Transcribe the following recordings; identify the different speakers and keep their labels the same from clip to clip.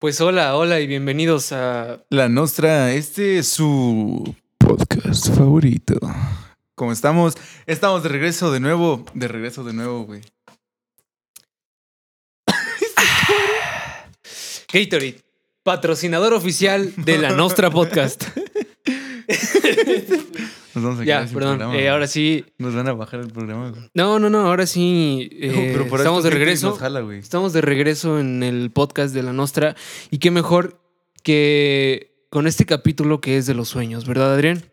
Speaker 1: Pues hola, hola y bienvenidos a...
Speaker 2: La Nostra, este es su podcast favorito. Como estamos, estamos de regreso de nuevo, de regreso de nuevo, güey.
Speaker 1: Gatorade, patrocinador oficial de la Nostra Podcast.
Speaker 2: Nos vamos a
Speaker 1: ya,
Speaker 2: sin
Speaker 1: perdón.
Speaker 2: programa,
Speaker 1: eh, ahora
Speaker 2: güey.
Speaker 1: sí...
Speaker 2: Nos van a bajar el programa, güey.
Speaker 1: No, no, no, ahora sí... eh,
Speaker 2: Pero por
Speaker 1: estamos
Speaker 2: esto
Speaker 1: de
Speaker 2: Netflix
Speaker 1: regreso.
Speaker 2: nos jala, güey.
Speaker 1: Estamos de regreso en el podcast de la Nostra. Y qué mejor que con este capítulo que es de los sueños, ¿verdad, Adrián?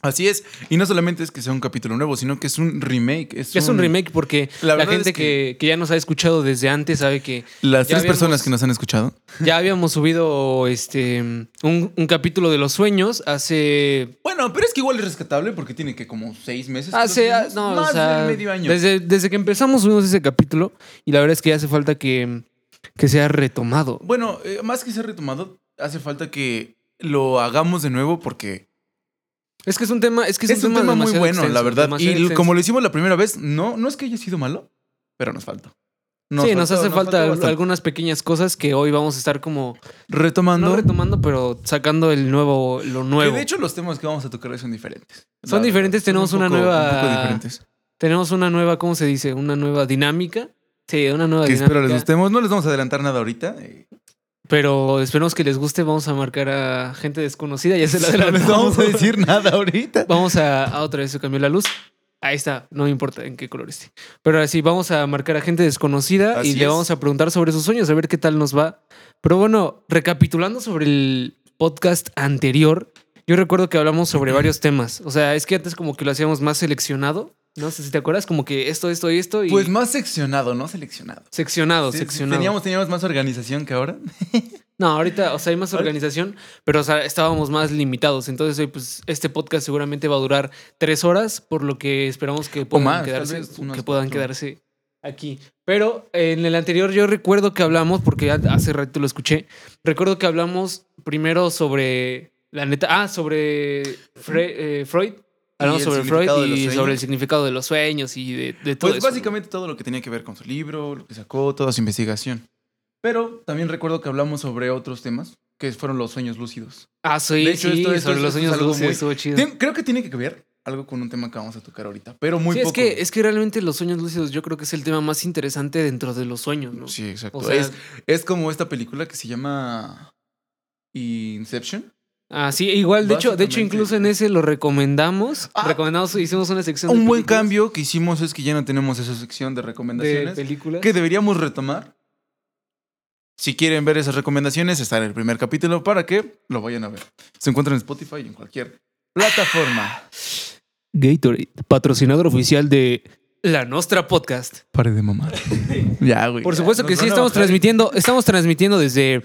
Speaker 2: Así es. Y no solamente es que sea un capítulo nuevo, sino que es un remake. Es,
Speaker 1: Es un remake porque
Speaker 2: La
Speaker 1: la,
Speaker 2: verdad
Speaker 1: gente
Speaker 2: es que-
Speaker 1: que... que ya nos ha escuchado desde antes sabe que
Speaker 2: Las
Speaker 1: Ya
Speaker 2: tres personas
Speaker 1: habíamos-
Speaker 2: que nos han escuchado.
Speaker 1: ya habíamos subido este un, un capítulo de los sueños hace
Speaker 2: Bueno, pero es que igual es rescatable porque tiene que como seis meses. que
Speaker 1: hace
Speaker 2: lo
Speaker 1: ah,
Speaker 2: subimos.
Speaker 1: no, o
Speaker 2: más
Speaker 1: sea,
Speaker 2: de medio año.
Speaker 1: Desde, desde que empezamos subimos ese capítulo y la verdad es que ya hace falta que, que sea retomado.
Speaker 2: Bueno, eh, más que ser retomado, hace falta que lo hagamos de nuevo porque
Speaker 1: Es que es un tema, es que
Speaker 2: es,
Speaker 1: es,
Speaker 2: un tema, muy
Speaker 1: demasiado
Speaker 2: bueno, la
Speaker 1: extenso,
Speaker 2: verdad.
Speaker 1: demasiado
Speaker 2: Y
Speaker 1: extenso.
Speaker 2: como lo hicimos la primera vez, no, no es que haya sido malo, pero nos falta.
Speaker 1: sí, nos hace falta
Speaker 2: bastante.
Speaker 1: algunas pequeñas cosas que hoy vamos a estar como
Speaker 2: retomando.
Speaker 1: no retomando, pero sacando el nuevo lo
Speaker 2: que
Speaker 1: nuevo.
Speaker 2: de hecho los temas que vamos a tocar hoy son diferentes.
Speaker 1: Son
Speaker 2: La
Speaker 1: diferentes,
Speaker 2: verdad,
Speaker 1: tenemos
Speaker 2: son un
Speaker 1: una
Speaker 2: poco-
Speaker 1: nueva-
Speaker 2: Un poco diferentes.
Speaker 1: Tenemos una nueva, ¿cómo se dice? Una nueva dinámica. Sí, una nueva
Speaker 2: Que espero les
Speaker 1: dinámica.
Speaker 2: gustemos. No les vamos a adelantar nada ahorita. eh.
Speaker 1: Pero esperemos que les guste. Vamos a marcar a gente desconocida. Ya se la
Speaker 2: no les
Speaker 1: adelantamos.
Speaker 2: vamos a decir nada ahorita.
Speaker 1: Vamos a, a otra vez se cambió la luz. Ahí está, no me importa en qué color esté. Pero ahora sí, vamos a marcar a gente desconocida
Speaker 2: Así
Speaker 1: y le
Speaker 2: es.
Speaker 1: vamos a preguntar sobre sus sueños, a ver qué tal nos va. Pero bueno, recapitulando sobre el podcast anterior, yo recuerdo que hablamos sobre varios temas. O sea, es que antes como que lo hacíamos más seleccionado. No sé si te acuerdas, como que esto, esto y esto. Y
Speaker 2: Pues más seccionado, no seleccionado.
Speaker 1: seccionado,
Speaker 2: Sí, sí,
Speaker 1: seccionado.
Speaker 2: Teníamos, teníamos más organización que ahora.
Speaker 1: No, ahorita, o sea, hay más organización, pero o sea, estábamos más limitados. Entonces, hoy, pues, este podcast seguramente va a durar tres horas, por lo que esperamos que puedan
Speaker 2: más, tal
Speaker 1: quedarse,
Speaker 2: vez unas
Speaker 1: que puedan
Speaker 2: cuatro.
Speaker 1: quedarse aquí. Pero eh, en el anterior yo recuerdo que hablamos, porque ya hace rato lo escuché, recuerdo que hablamos primero sobre la neta, ah, sobre Fre- eh, Freud. Hablamos
Speaker 2: el
Speaker 1: sobre Freud
Speaker 2: significado de los
Speaker 1: y
Speaker 2: sueños.
Speaker 1: sobre el significado de los sueños y de, de todo
Speaker 2: Pues
Speaker 1: eso.
Speaker 2: básicamente todo lo que tenía que ver con su libro, lo que sacó, toda su investigación. Pero también recuerdo que hablamos sobre otros temas, que fueron los sueños lúcidos.
Speaker 1: Ah, sí,
Speaker 2: de hecho,
Speaker 1: sí,
Speaker 2: esto- esto-
Speaker 1: sobre
Speaker 2: esto
Speaker 1: los
Speaker 2: es
Speaker 1: sueños
Speaker 2: algo
Speaker 1: lúcidos,
Speaker 2: muy-
Speaker 1: estuvo chido.
Speaker 2: Tien- creo que tiene que ver algo con un tema que vamos a tocar ahorita, pero muy
Speaker 1: sí,
Speaker 2: poco.
Speaker 1: es que, es que realmente los sueños lúcidos yo creo que es el tema más interesante dentro de los sueños, ¿no?
Speaker 2: Sí, exacto.
Speaker 1: O sea,
Speaker 2: es, es como esta película que se llama Inception.
Speaker 1: ah, sí, igual, de hecho, de hecho,
Speaker 2: Básicamente.
Speaker 1: incluso en ese lo recomendamos.
Speaker 2: Ah.
Speaker 1: recomendamos, hicimos una sección. de
Speaker 2: Un buen
Speaker 1: películas,
Speaker 2: cambio que hicimos es que ya no tenemos esa sección de
Speaker 1: de
Speaker 2: recomendaciones
Speaker 1: películas.
Speaker 2: que deberíamos retomar. Si quieren ver esas recomendaciones, está en el primer capítulo para que lo vayan a ver. Se encuentran en Spotify y en cualquier plataforma.
Speaker 1: Gatorade, patrocinador oficial de la Nostra Podcast.
Speaker 2: Pare de mamar. ya, güey.
Speaker 1: Por supuesto
Speaker 2: Ya,
Speaker 1: que
Speaker 2: nos
Speaker 1: sí,
Speaker 2: van a
Speaker 1: estamos
Speaker 2: bajar.
Speaker 1: transmitiendo, estamos transmitiendo desde.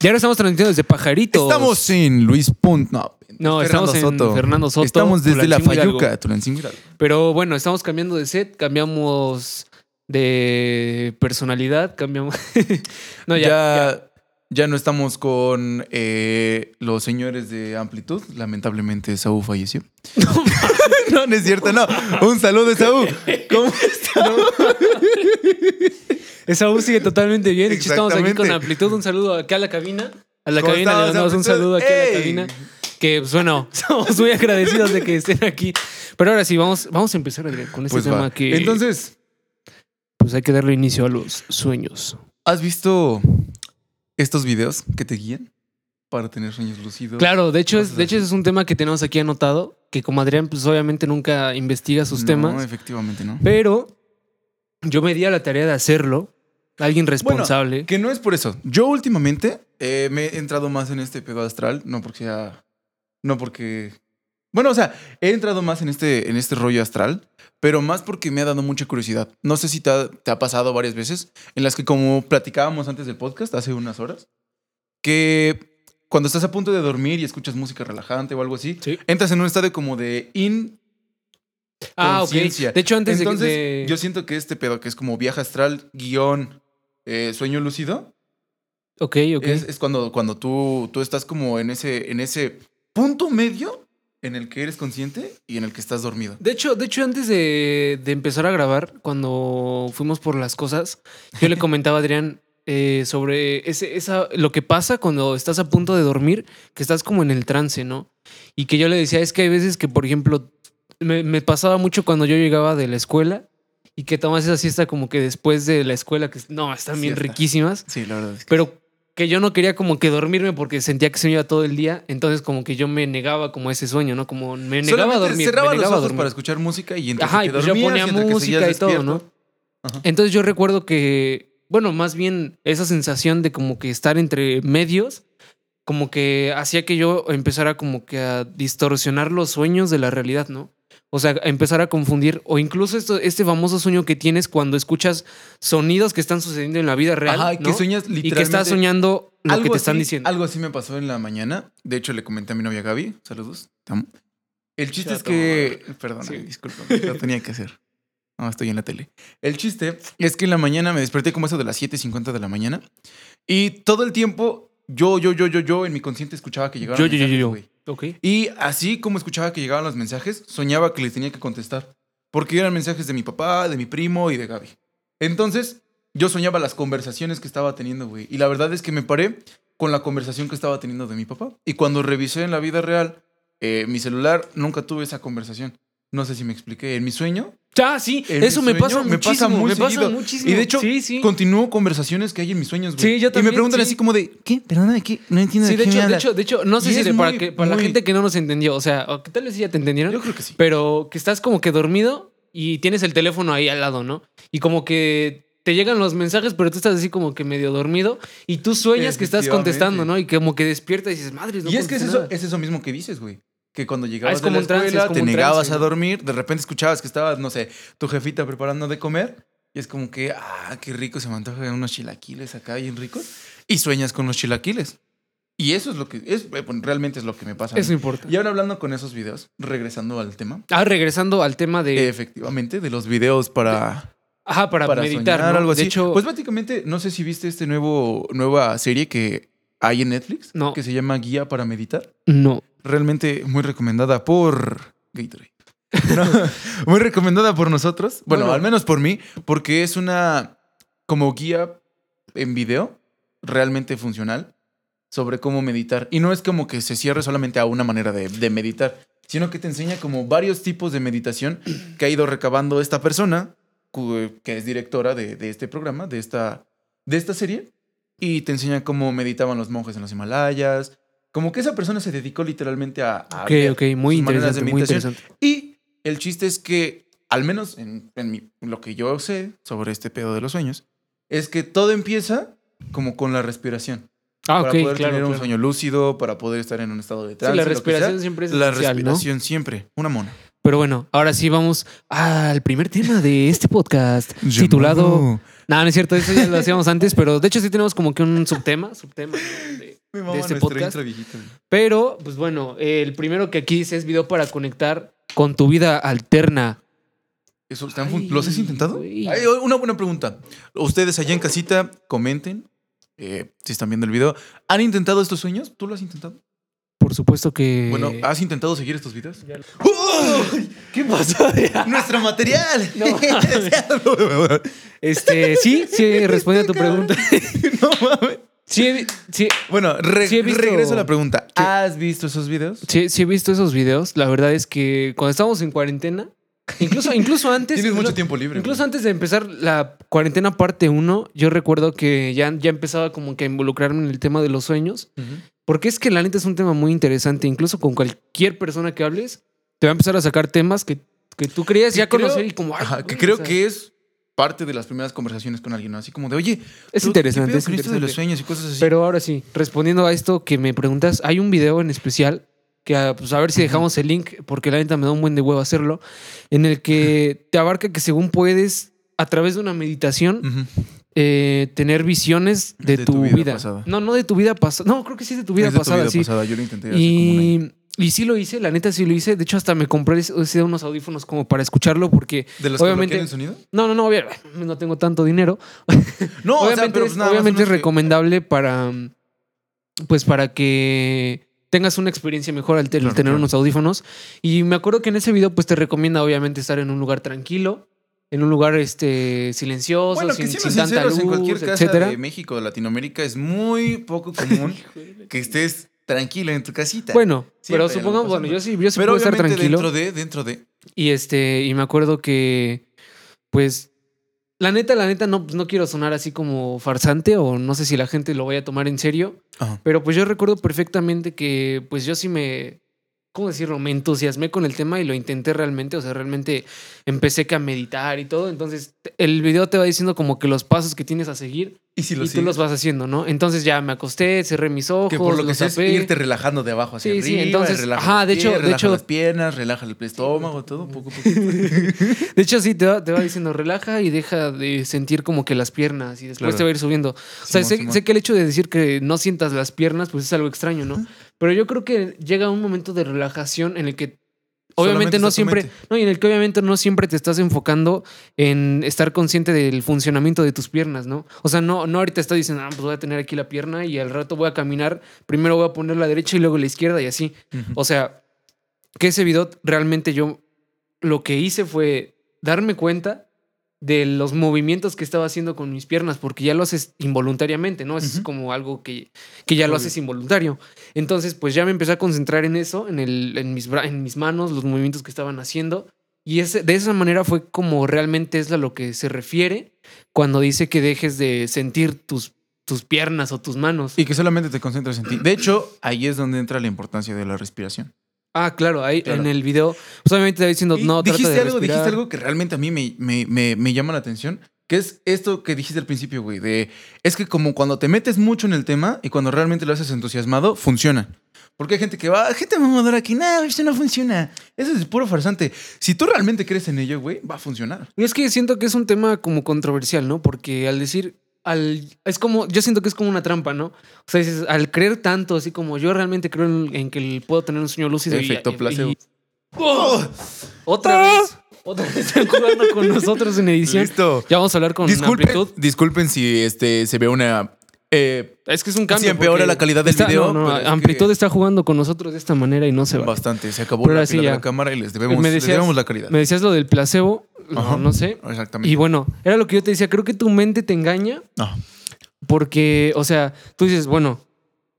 Speaker 1: Ya ahora estamos transmitiendo desde Pajaritos.
Speaker 2: Estamos en Luis Punt. No,
Speaker 1: No,
Speaker 2: Fernando
Speaker 1: estamos en
Speaker 2: Soto.
Speaker 1: Fernando Soto.
Speaker 2: Estamos desde la
Speaker 1: Tulancingo Hidalgo.
Speaker 2: Fayuca, Tulancingo Hidalgo.
Speaker 1: Pero bueno, estamos cambiando de set, cambiamos de personalidad, cambiamos. no,
Speaker 2: ya,
Speaker 1: ya.
Speaker 2: ya, no estamos con eh, los señores de Amplitud. Lamentablemente, Saúl falleció. No, no, es cierto, no. Un saludo, Saúl. ¿Cómo estás?
Speaker 1: Esa U sigue totalmente bien. De hecho, Estamos aquí con
Speaker 2: Exactamente.
Speaker 1: amplitud. Un saludo acá a la cabina. A la
Speaker 2: ¿Cómo
Speaker 1: cabina le
Speaker 2: estamos,
Speaker 1: mandamos un
Speaker 2: Amplitud?
Speaker 1: saludo aquí a
Speaker 2: ¡Ey!
Speaker 1: la cabina. Que pues bueno, estamos muy agradecidos de que estén aquí. Pero ahora sí, vamos, vamos a empezar Adrián, con este
Speaker 2: Pues
Speaker 1: tema
Speaker 2: va.
Speaker 1: que
Speaker 2: Entonces,
Speaker 1: pues hay que darle inicio a los sueños.
Speaker 2: ¿has visto estos videos que te guían para tener sueños lúcidos?
Speaker 1: Claro, de hecho, es,
Speaker 2: Cosas
Speaker 1: de hecho
Speaker 2: así.
Speaker 1: es un tema que tenemos aquí anotado, que como Adrián pues obviamente nunca investiga sus
Speaker 2: No,
Speaker 1: temas.
Speaker 2: efectivamente, ¿no?
Speaker 1: Pero yo me di a la tarea de hacerlo. Alguien responsable.
Speaker 2: Que no es por eso. Yo últimamente eh, me he entrado más en este pedo astral, no porque sea. No porque. Bueno, o sea, he entrado más en este, en este rollo astral, pero más porque me ha dado mucha curiosidad. No sé si te ha, te ha pasado varias veces, en las que como platicábamos antes del podcast, hace unas horas, que cuando estás a punto de dormir y escuchas música relajante o algo así,
Speaker 1: Sí.
Speaker 2: entras en un estado como de in
Speaker 1: ah, ok.
Speaker 2: conciencia.
Speaker 1: De hecho, antes de-
Speaker 2: Entonces,
Speaker 1: de,
Speaker 2: Yo siento que este pedo, que es como viaje astral, guión, eh, sueño lúcido,
Speaker 1: Ok, ok.
Speaker 2: es, es cuando, cuando tú, tú estás como en ese, en ese punto medio en el que eres consciente y en el que estás dormido.
Speaker 1: De hecho, de hecho, antes de, de empezar a grabar, cuando fuimos por las cosas, yo le comentaba a Adrián eh, sobre ese, esa, lo que pasa cuando estás a punto de dormir, que estás como en el trance, ¿no? Y que yo le decía, es que hay veces que, por ejemplo, me, me pasaba mucho cuando yo llegaba de la escuela y que tomas esa siesta como que después de la escuela, que no, están bien
Speaker 2: Siesta.
Speaker 1: riquísimas,
Speaker 2: Sí, la verdad. es que-
Speaker 1: pero que yo no quería como que dormirme porque sentía que se me iba todo el día, entonces como que yo me negaba como a ese sueño, ¿no? Como me negaba a
Speaker 2: Solamente
Speaker 1: dormir.
Speaker 2: cerraba
Speaker 1: me
Speaker 2: los
Speaker 1: negaba a
Speaker 2: ojos
Speaker 1: dormir.
Speaker 2: para escuchar música y entre
Speaker 1: Ajá,
Speaker 2: que
Speaker 1: y
Speaker 2: te
Speaker 1: pues yo
Speaker 2: dormías
Speaker 1: ponía
Speaker 2: y entre que
Speaker 1: música
Speaker 2: seguías
Speaker 1: y todo,
Speaker 2: despierto.
Speaker 1: ¿no?
Speaker 2: Ajá.
Speaker 1: Entonces yo recuerdo que, bueno, más bien esa sensación de como que estar entre medios, como que hacía que yo empezara como que a distorsionar los sueños de la realidad, ¿no? O sea, a empezar a confundir, o incluso esto, este famoso sueño que tienes cuando escuchas sonidos que están sucediendo en la vida real.
Speaker 2: Ajá, que
Speaker 1: ¿no?
Speaker 2: sueñas
Speaker 1: Y que estás
Speaker 2: literalmente-
Speaker 1: soñando lo que te están
Speaker 2: así-
Speaker 1: diciendo.
Speaker 2: Algo así me pasó en la mañana. De hecho, le comenté a mi novia Gaby. Saludos. Te amo. El chiste es
Speaker 1: Chato.
Speaker 2: que. Perdón,
Speaker 1: Sí.
Speaker 2: disculpa. Lo tenía que hacer. No, estoy en la tele. El chiste es que en la mañana me desperté como eso de las 7:50 de la mañana. Y todo el tiempo, yo, yo, yo, yo, yo, en mi consciente escuchaba que llegaban
Speaker 1: Yo,
Speaker 2: los
Speaker 1: yo, yo,
Speaker 2: mensajes,
Speaker 1: yo,
Speaker 2: güey.
Speaker 1: yo. Ok.
Speaker 2: Y así como escuchaba que llegaban los mensajes, soñaba que les tenía que contestar. Porque eran mensajes de mi papá, de mi primo y de Gaby. Entonces, yo soñaba las conversaciones que estaba teniendo, güey. Y la verdad es que me paré con la conversación que estaba teniendo de mi papá. Y cuando revisé en la vida real eh, mi celular, nunca tuve esa conversación. No sé si me expliqué. En mi sueño,
Speaker 1: Ya, Ah, sí,
Speaker 2: En
Speaker 1: eso
Speaker 2: mi
Speaker 1: me pasa
Speaker 2: sueño me pasa
Speaker 1: muchísimo.
Speaker 2: muy
Speaker 1: Me pasa,
Speaker 2: seguido.
Speaker 1: muchísimo.
Speaker 2: Y de hecho,
Speaker 1: sí, sí.
Speaker 2: continúo conversaciones que hay en mis sueños, güey.
Speaker 1: Sí, yo
Speaker 2: Y me
Speaker 1: también,
Speaker 2: preguntan
Speaker 1: sí.
Speaker 2: así como de, ¿qué? Perdona, ¿qué? No entiendo
Speaker 1: Sí, de
Speaker 2: qué me
Speaker 1: hecho, de
Speaker 2: hablas".
Speaker 1: hecho, de hecho, no sé
Speaker 2: Y
Speaker 1: si
Speaker 2: es
Speaker 1: de- para,
Speaker 2: muy-
Speaker 1: que- para la
Speaker 2: muy-
Speaker 1: gente que no nos entendió, o sea, o que tal vez sí ya te entendieron,
Speaker 2: Yo creo que sí.
Speaker 1: pero que estás como que dormido y tienes el teléfono ahí al lado, ¿no? Y como que te llegan los mensajes, pero tú estás así como que medio dormido y tú sueñas que estás contestando, ¿no? Y como que despiertas y dices, madre, pues, no
Speaker 2: Y es que es
Speaker 1: contesté
Speaker 2: eso,
Speaker 1: nada".
Speaker 2: es eso mismo que dices, güey. Que cuando llegabas
Speaker 1: Ah, es
Speaker 2: de
Speaker 1: como
Speaker 2: la
Speaker 1: un trance, es
Speaker 2: escuela,
Speaker 1: como
Speaker 2: te
Speaker 1: un
Speaker 2: negabas
Speaker 1: trance,
Speaker 2: a
Speaker 1: ¿no?
Speaker 2: dormir, de repente escuchabas que estabas, no sé, tu jefita preparando de comer, y es como que, ah, qué rico, se me antojan unos chilaquiles acá bien ricos, y sueñas con los chilaquiles. Y eso es lo que, es, eh, bueno, realmente es lo que me pasa. a mí.
Speaker 1: Eso importa.
Speaker 2: Y ahora hablando con esos videos, regresando al tema,
Speaker 1: Ah, regresando al tema de...
Speaker 2: efectivamente, de los videos para,
Speaker 1: ajá, para,
Speaker 2: Eh, para
Speaker 1: meditar,
Speaker 2: soñar,
Speaker 1: ¿no?
Speaker 2: algo así.
Speaker 1: De hecho,
Speaker 2: pues prácticamente, no sé si viste este nuevo, nueva serie que hay en Netflix,
Speaker 1: No.
Speaker 2: que se llama Guía para Meditar
Speaker 1: no.
Speaker 2: realmente muy recomendada por Gatorade. No, muy recomendada por nosotros. Bueno,
Speaker 1: Bueno.
Speaker 2: al menos por mí, porque es una como guía en video realmente funcional sobre cómo meditar. Y no es como que se cierre solamente a una manera de, de meditar, sino que te enseña como varios tipos de meditación que ha ido recabando esta persona, cu- que es directora de, de este programa, de esta, de esta serie, y te enseña cómo meditaban los monjes en los Himalayas. Como que esa persona se dedicó literalmente a... a
Speaker 1: Ok,
Speaker 2: ver
Speaker 1: ok, muy
Speaker 2: sus maneras
Speaker 1: interesante,
Speaker 2: de
Speaker 1: muy
Speaker 2: meditación.
Speaker 1: interesante.
Speaker 2: Y el chiste es que, al menos en, en mi- lo que yo sé sobre este pedo de los sueños, es que todo empieza como con la respiración.
Speaker 1: Ah, ok,
Speaker 2: para poder
Speaker 1: claro.
Speaker 2: tener un
Speaker 1: claro.
Speaker 2: sueño lúcido, para poder estar en un estado de
Speaker 1: Sí,
Speaker 2: trance.
Speaker 1: la
Speaker 2: lo que sea.
Speaker 1: respiración siempre es
Speaker 2: La
Speaker 1: esencial, ¿no?
Speaker 2: respiración siempre. Una mona.
Speaker 1: Pero bueno, ahora sí vamos al primer tema de este podcast titulado...
Speaker 2: Llamado-
Speaker 1: No, no es cierto, eso ya lo hacíamos antes, pero de hecho sí tenemos como que un subtema, subtema. ¿no? De-
Speaker 2: Me mama
Speaker 1: de este
Speaker 2: nuestra
Speaker 1: podcast.
Speaker 2: intro viejita, güey.
Speaker 1: Pero, pues bueno, eh, el primero que aquí dice es video para conectar con tu vida alterna.
Speaker 2: Eso, ¿están fun-
Speaker 1: Ay,
Speaker 2: ¿Los has intentado?
Speaker 1: güey.
Speaker 2: Ay, una buena pregunta. Ustedes allá en casita, comenten eh, si están viendo el video. ¿Han intentado estos sueños? ¿Tú lo has intentado?
Speaker 1: Por supuesto que...
Speaker 2: Bueno, ¿has intentado seguir estos videos?
Speaker 1: Eh. Ya lo-
Speaker 2: ¡Uy! ¿Qué pasó? ¡Nuestro material!
Speaker 1: No Este, sí, sí, responde a tu pregunta.
Speaker 2: no mames.
Speaker 1: Sí, he vi- sí,
Speaker 2: Bueno, re-
Speaker 1: Sí he visto- Ah.
Speaker 2: regreso a la pregunta. ¿Has visto esos videos?
Speaker 1: sí, sí he visto esos videos. La verdad es que cuando estábamos en cuarentena, incluso, incluso antes...
Speaker 2: Tienes mucho
Speaker 1: incluso-
Speaker 2: tiempo libre.
Speaker 1: Incluso
Speaker 2: güey.
Speaker 1: antes de empezar la cuarentena parte 1, yo recuerdo que ya, ya empezaba como que a involucrarme en el tema de los sueños,
Speaker 2: Ujú.
Speaker 1: porque es que la neta es un tema muy interesante, incluso con cualquier persona que hables, te va a empezar a sacar temas que, que tú creías
Speaker 2: Que
Speaker 1: ya
Speaker 2: creo-
Speaker 1: conocer y como... ay,
Speaker 2: Ajá,
Speaker 1: güey,
Speaker 2: que
Speaker 1: o
Speaker 2: creo
Speaker 1: sea,
Speaker 2: que es parte de las primeras conversaciones con alguien, ¿no? así como de, oye,
Speaker 1: Es
Speaker 2: ¿tú-
Speaker 1: interesante,
Speaker 2: ¿qué pedo
Speaker 1: es
Speaker 2: con esto de los
Speaker 1: interesante.
Speaker 2: sueños y cosas así.
Speaker 1: Pero ahora sí, respondiendo a esto que me preguntas, hay un video en especial que ah, pues, a ver si dejamos el link, porque la neta me da un buen de huevo hacerlo, en el que te abarca que según puedes, a través de una meditación,
Speaker 2: Ujú.
Speaker 1: eh, tener visiones de, tu, vida.
Speaker 2: pasada.
Speaker 1: No, no de tu vida pasada. No, creo que sí es de tu vida
Speaker 2: Es de tu
Speaker 1: pasada,
Speaker 2: vida
Speaker 1: sí.
Speaker 2: pasada, Yo lo intenté hace como un año.
Speaker 1: Y, y sí lo hice, la neta sí lo hice. De hecho, hasta me compré o sea, unos audífonos como para escucharlo porque...
Speaker 2: ¿De los
Speaker 1: obviamente-
Speaker 2: que bloquean el sonido?
Speaker 1: No, no, no, obvia- no tengo tanto dinero.
Speaker 2: No,
Speaker 1: obviamente
Speaker 2: o sea, pero
Speaker 1: es,
Speaker 2: pues nada más
Speaker 1: obviamente es
Speaker 2: unos que-
Speaker 1: recomendable para... Pues para que tengas una experiencia mejor al, te- al
Speaker 2: Claro,
Speaker 1: tener
Speaker 2: claro.
Speaker 1: unos audífonos. Y me acuerdo que en ese video pues te recomienda obviamente estar en un lugar tranquilo. en un lugar este, silencioso,
Speaker 2: Bueno,
Speaker 1: sin,
Speaker 2: que
Speaker 1: sin
Speaker 2: siendo
Speaker 1: tanta
Speaker 2: sinceros,
Speaker 1: luz,
Speaker 2: en cualquier casa
Speaker 1: etcétera.
Speaker 2: de México o Latinoamérica es muy poco común que estés tranquilo en tu casita.
Speaker 1: Bueno,
Speaker 2: Siempre,
Speaker 1: pero
Speaker 2: algo
Speaker 1: supongamos,
Speaker 2: pasa,
Speaker 1: bueno,
Speaker 2: ¿no?
Speaker 1: yo sí, yo sí
Speaker 2: pero
Speaker 1: puedo estar
Speaker 2: obviamente
Speaker 1: tranquilo.
Speaker 2: dentro de, dentro de.
Speaker 1: Y este, y me acuerdo que, pues, la neta, la neta, no, pues, no quiero sonar así como farsante o no sé si la gente lo vaya a tomar en serio,
Speaker 2: Ajá.
Speaker 1: pero pues yo recuerdo perfectamente que, pues yo sí me, ¿cómo decirlo? Me entusiasmé con el tema y lo intenté realmente, o sea, realmente empecé que a meditar y todo, entonces te- el video te va diciendo como que los pasos que tienes a seguir
Speaker 2: Y si
Speaker 1: y,
Speaker 2: lo
Speaker 1: tú
Speaker 2: sigues,
Speaker 1: los vas haciendo, ¿no? Entonces ya me acosté, cerré mis ojos,
Speaker 2: que por lo que
Speaker 1: los
Speaker 2: sé es
Speaker 1: tapé.
Speaker 2: irte relajando de abajo hacia
Speaker 1: Sí, sí,
Speaker 2: arriba,
Speaker 1: entonces,
Speaker 2: relaja
Speaker 1: ajá,
Speaker 2: los
Speaker 1: de hecho-
Speaker 2: pies,
Speaker 1: de
Speaker 2: relaja
Speaker 1: hecho-
Speaker 2: las piernas, relaja el estómago, todo poco a poco.
Speaker 1: De hecho, sí, te va, te va diciendo, relaja y deja de sentir como que las piernas y después
Speaker 2: Claro.
Speaker 1: te va a ir subiendo. O sea,
Speaker 2: Simón,
Speaker 1: sé,
Speaker 2: Simón.
Speaker 1: sé que el hecho de decir que no sientas las piernas, pues es algo extraño, ¿no? Pero yo creo que llega un momento de relajación en el que obviamente
Speaker 2: Solamente
Speaker 1: no
Speaker 2: está tu
Speaker 1: siempre,
Speaker 2: mente.
Speaker 1: no, y en el que obviamente no siempre te estás enfocando en estar consciente del funcionamiento de tus piernas, ¿no? O sea, no, no ahorita estás diciendo, ah, pues voy a tener aquí la pierna y al rato voy a caminar, primero voy a poner la derecha y luego la izquierda y así.
Speaker 2: Ujú.
Speaker 1: O sea, que ese video realmente yo lo que hice fue darme cuenta de los movimientos que estaba haciendo con mis piernas, porque ya lo haces involuntariamente, ¿no? Es
Speaker 2: Ujú.
Speaker 1: como algo que, que ya lo
Speaker 2: Obvio.
Speaker 1: haces involuntario. Entonces, pues ya me empecé a concentrar en eso, en, el, en, mis, bra- en mis manos, los movimientos que estaban haciendo. Y ese, de esa manera fue como realmente es a lo que se refiere cuando dice que dejes de sentir tus, tus piernas o tus manos.
Speaker 2: Y que solamente te concentras en ti. De hecho, ahí es donde entra la importancia de la respiración.
Speaker 1: Ah, claro, ahí
Speaker 2: Claro.
Speaker 1: en el video. Pues obviamente te va diciendo,
Speaker 2: Y
Speaker 1: no, trata
Speaker 2: dijiste
Speaker 1: de
Speaker 2: algo, dijiste
Speaker 1: respirar".
Speaker 2: algo que realmente a mí me, me- me- me llama la atención, que es esto que dijiste al principio, güey, de es que como cuando te metes mucho en el tema y cuando realmente lo haces entusiasmado, funciona. Porque hay gente que va, gente mamadora que nada, eso no funciona. Eso es puro farsante. Si tú realmente crees en ello, güey, va a funcionar.
Speaker 1: Y es que siento que es un tema como controversial, ¿no? Porque al decir, al, es como, yo siento que es como una trampa, ¿no? O sea, dices, al creer tanto, así como yo realmente creo en, en que puedo tener un sueño lúcido. y-
Speaker 2: Efecto
Speaker 1: y-
Speaker 2: placebo. Ah.
Speaker 1: y- ¡Oh! otra vez, otra vez están jugando con nosotros en edición.
Speaker 2: Listo.
Speaker 1: Ya vamos a hablar con
Speaker 2: Disculpen,
Speaker 1: amplitud.
Speaker 2: disculpen si este, se ve una... eh,
Speaker 1: Es que es un cambio.
Speaker 2: Sí, empeora
Speaker 1: porque
Speaker 2: la calidad del
Speaker 1: está-
Speaker 2: video,
Speaker 1: no, no,
Speaker 2: pero es que-
Speaker 1: amplitud está jugando con nosotros de esta manera y no se va.
Speaker 2: bastante, se acabó
Speaker 1: Pero
Speaker 2: la
Speaker 1: ahora sí
Speaker 2: pila de
Speaker 1: ya.
Speaker 2: la cámara y les debemos,
Speaker 1: Me
Speaker 2: les
Speaker 1: decías-
Speaker 2: debemos la calidad.
Speaker 1: Me decías lo del placebo, no,
Speaker 2: Ajá.
Speaker 1: no sé.
Speaker 2: Exactamente.
Speaker 1: Y bueno, era lo que yo te decía, creo que tu mente te engaña
Speaker 2: No.
Speaker 1: Porque, o sea, tú dices, bueno,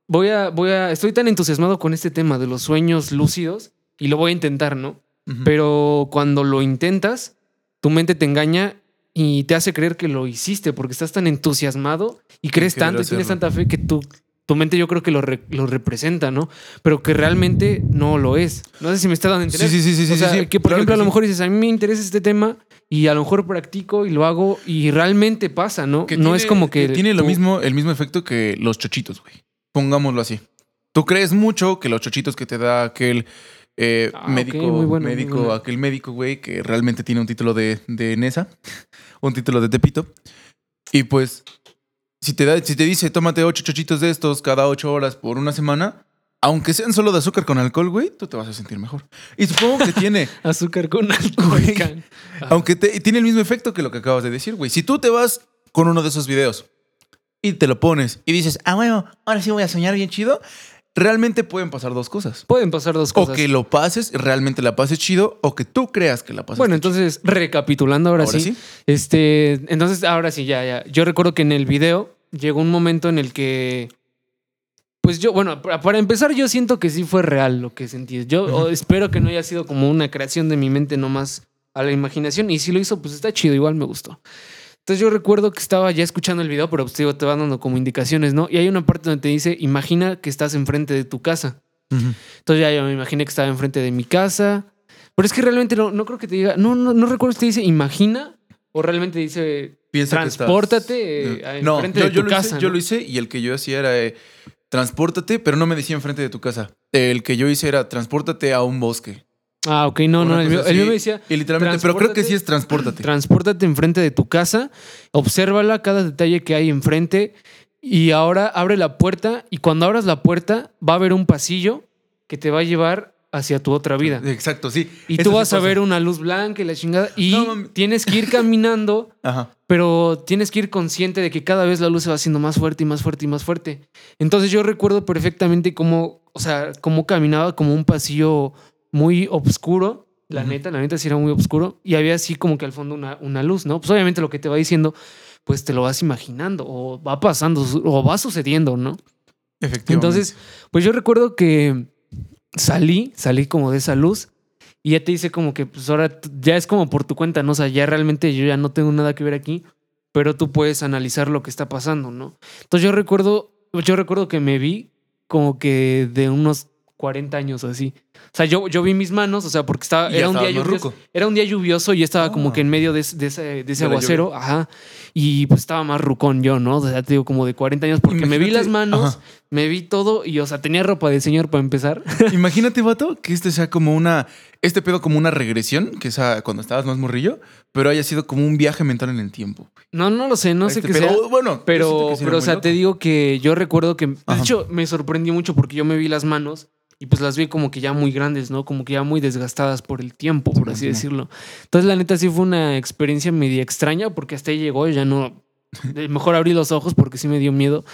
Speaker 1: voy a, voy a, estoy tan entusiasmado con este tema de los sueños lúcidos y lo voy a intentar, ¿no?
Speaker 2: Ujú.
Speaker 1: Pero cuando lo intentas, tu mente te engaña y te hace creer que lo hiciste porque estás tan entusiasmado y crees
Speaker 2: querer
Speaker 1: tanto y tienes
Speaker 2: hacerlo.
Speaker 1: tanta fe que tu, tu mente yo creo que lo, re- lo representa, ¿no? Pero que realmente no lo es. No sé si me está dando a entender.
Speaker 2: Sí, sí, sí, sí,
Speaker 1: O
Speaker 2: sí,
Speaker 1: sea,
Speaker 2: sí,
Speaker 1: que por
Speaker 2: claro
Speaker 1: ejemplo a
Speaker 2: que
Speaker 1: lo
Speaker 2: sí.
Speaker 1: mejor dices, a mí me interesa este tema y a lo mejor practico y lo hago y realmente pasa, ¿no?
Speaker 2: Que
Speaker 1: no
Speaker 2: tiene-
Speaker 1: es como que...
Speaker 2: tiene lo
Speaker 1: tú-
Speaker 2: mismo, el mismo efecto que los chochitos, güey. Pongámoslo así. Tú crees mucho que los chochitos que te da aquel eh,
Speaker 1: Ah, ok,
Speaker 2: médico,
Speaker 1: muy bueno, muy
Speaker 2: médico,
Speaker 1: bueno.
Speaker 2: aquel médico, güey, que realmente tiene un título de, de Nesa, un título de Tepito. Y pues, si te, da, si te dice, tómate ocho chochitos de estos cada ocho horas por una semana, aunque sean solo de azúcar con alcohol, güey, tú te vas a sentir mejor. Y supongo que tiene
Speaker 1: Azúcar con alcohol.
Speaker 2: Güey.
Speaker 1: can. Ah.
Speaker 2: Aunque te- tiene el mismo efecto que lo que acabas de decir, güey. Si tú te vas con uno de esos videos y te lo pones y dices, ah, bueno, ahora sí voy a soñar bien chido, realmente pueden pasar dos cosas.
Speaker 1: Pueden pasar dos cosas.
Speaker 2: O que lo pases, realmente la pases chido, o que tú creas que la pases
Speaker 1: bueno,
Speaker 2: chido.
Speaker 1: entonces, recapitulando ahora, sí, Este, entonces, ahora sí, ya, ya. Yo recuerdo que en el video llegó un momento en el que. Pues yo, bueno, para para empezar, yo siento que sí fue real lo que sentí. Yo
Speaker 2: Ujú.
Speaker 1: o- espero que no haya sido como una creación de mi mente nomás a la imaginación. Y si lo hizo, pues está chido, igual me gustó. Entonces yo recuerdo que estaba ya escuchando el video, pero pues, te digo, te van dando como indicaciones, ¿no? Y hay una parte donde te dice, imagina que estás enfrente de tu casa.
Speaker 2: Ujú.
Speaker 1: Entonces ya yo me imaginé que estaba enfrente de mi casa. Pero es que realmente no, no creo que te diga. No, no, no recuerdo si te dice imagina o realmente dice
Speaker 2: Piensa que
Speaker 1: Transpórtate,
Speaker 2: estás-
Speaker 1: eh,
Speaker 2: No,
Speaker 1: enfrente
Speaker 2: yo,
Speaker 1: de
Speaker 2: yo
Speaker 1: tu
Speaker 2: lo
Speaker 1: casa,
Speaker 2: hice, yo
Speaker 1: ¿no?
Speaker 2: lo hice y el que yo hacía era eh, transpórtate, pero no me decía enfrente de tu casa. El que yo hice era transpórtate a un bosque.
Speaker 1: Ah, ok, no, no.
Speaker 2: Una
Speaker 1: El
Speaker 2: cosa
Speaker 1: mío, el mío
Speaker 2: así.
Speaker 1: me decía
Speaker 2: Y literalmente, pero creo que sí
Speaker 1: transpórtate.
Speaker 2: es transpórtate.
Speaker 1: transpórtate enfrente de tu casa, obsérvala cada detalle que hay enfrente y ahora abre la puerta y cuando abras la puerta va a haber un pasillo que te va a llevar hacia tu otra vida.
Speaker 2: Exacto, sí.
Speaker 1: Y
Speaker 2: Eso
Speaker 1: tú
Speaker 2: sí
Speaker 1: vas a
Speaker 2: pasa.
Speaker 1: ver una luz blanca y la chingada y
Speaker 2: No, mami.
Speaker 1: tienes que ir caminando
Speaker 2: Ajá.
Speaker 1: pero tienes que ir consciente de que cada vez la luz se va haciendo más fuerte y más fuerte y más fuerte. Entonces yo recuerdo perfectamente cómo, o sea, cómo caminaba como un pasillo muy oscuro La
Speaker 2: Ujú.
Speaker 1: neta, la neta sí era muy oscuro. Y había así como que al fondo una, una luz, ¿no? Pues obviamente lo que te va diciendo, pues te lo vas imaginando o va pasando o va sucediendo, ¿no?
Speaker 2: Efectivamente.
Speaker 1: Entonces, pues yo recuerdo que salí, salí como de esa luz y ya te dice como que pues ahora t- ya es como por tu cuenta, ¿no? O sea, ya realmente yo ya no tengo nada que ver aquí, pero tú puedes analizar lo que está pasando, ¿no? Entonces yo recuerdo, yo recuerdo que me vi como que de unos 40 años o así. O sea, yo, yo vi mis manos, o sea, porque estaba,
Speaker 2: Y ya
Speaker 1: era un
Speaker 2: estabas
Speaker 1: día
Speaker 2: más
Speaker 1: lluvioso.
Speaker 2: ruco.
Speaker 1: Era un día lluvioso y estaba
Speaker 2: Ah.
Speaker 1: como que en medio de, ese- de ese, de ese
Speaker 2: De la
Speaker 1: aguacero, ajá. Y pues estaba más rucón yo, ¿no? O sea, te digo como de 40 años porque me vi
Speaker 2: Imagínate-
Speaker 1: las manos.
Speaker 2: ajá.
Speaker 1: Me vi todo y, o sea, tenía ropa de señor para empezar.
Speaker 2: Imagínate, vato, que este sea como una. Este pedo como una regresión, que sea cuando estabas más morrillo, pero haya sido como un viaje mental en el tiempo.
Speaker 1: No, no lo sé, no sé
Speaker 2: Este,
Speaker 1: qué
Speaker 2: pero,
Speaker 1: sea.
Speaker 2: bueno, yo siento
Speaker 1: Pero,
Speaker 2: que sí era
Speaker 1: pero o
Speaker 2: muy
Speaker 1: sea,
Speaker 2: loco.
Speaker 1: te digo que yo recuerdo que, de
Speaker 2: Ajá.
Speaker 1: hecho, me sorprendió mucho porque yo me vi las manos y pues las vi como que ya muy grandes, ¿no? Como que ya muy desgastadas por el tiempo, por así
Speaker 2: Ujú.
Speaker 1: decirlo. Entonces, la neta, sí fue una experiencia media extraña porque hasta ahí llegó, ya no... Mejor abrí los ojos porque sí me dio miedo.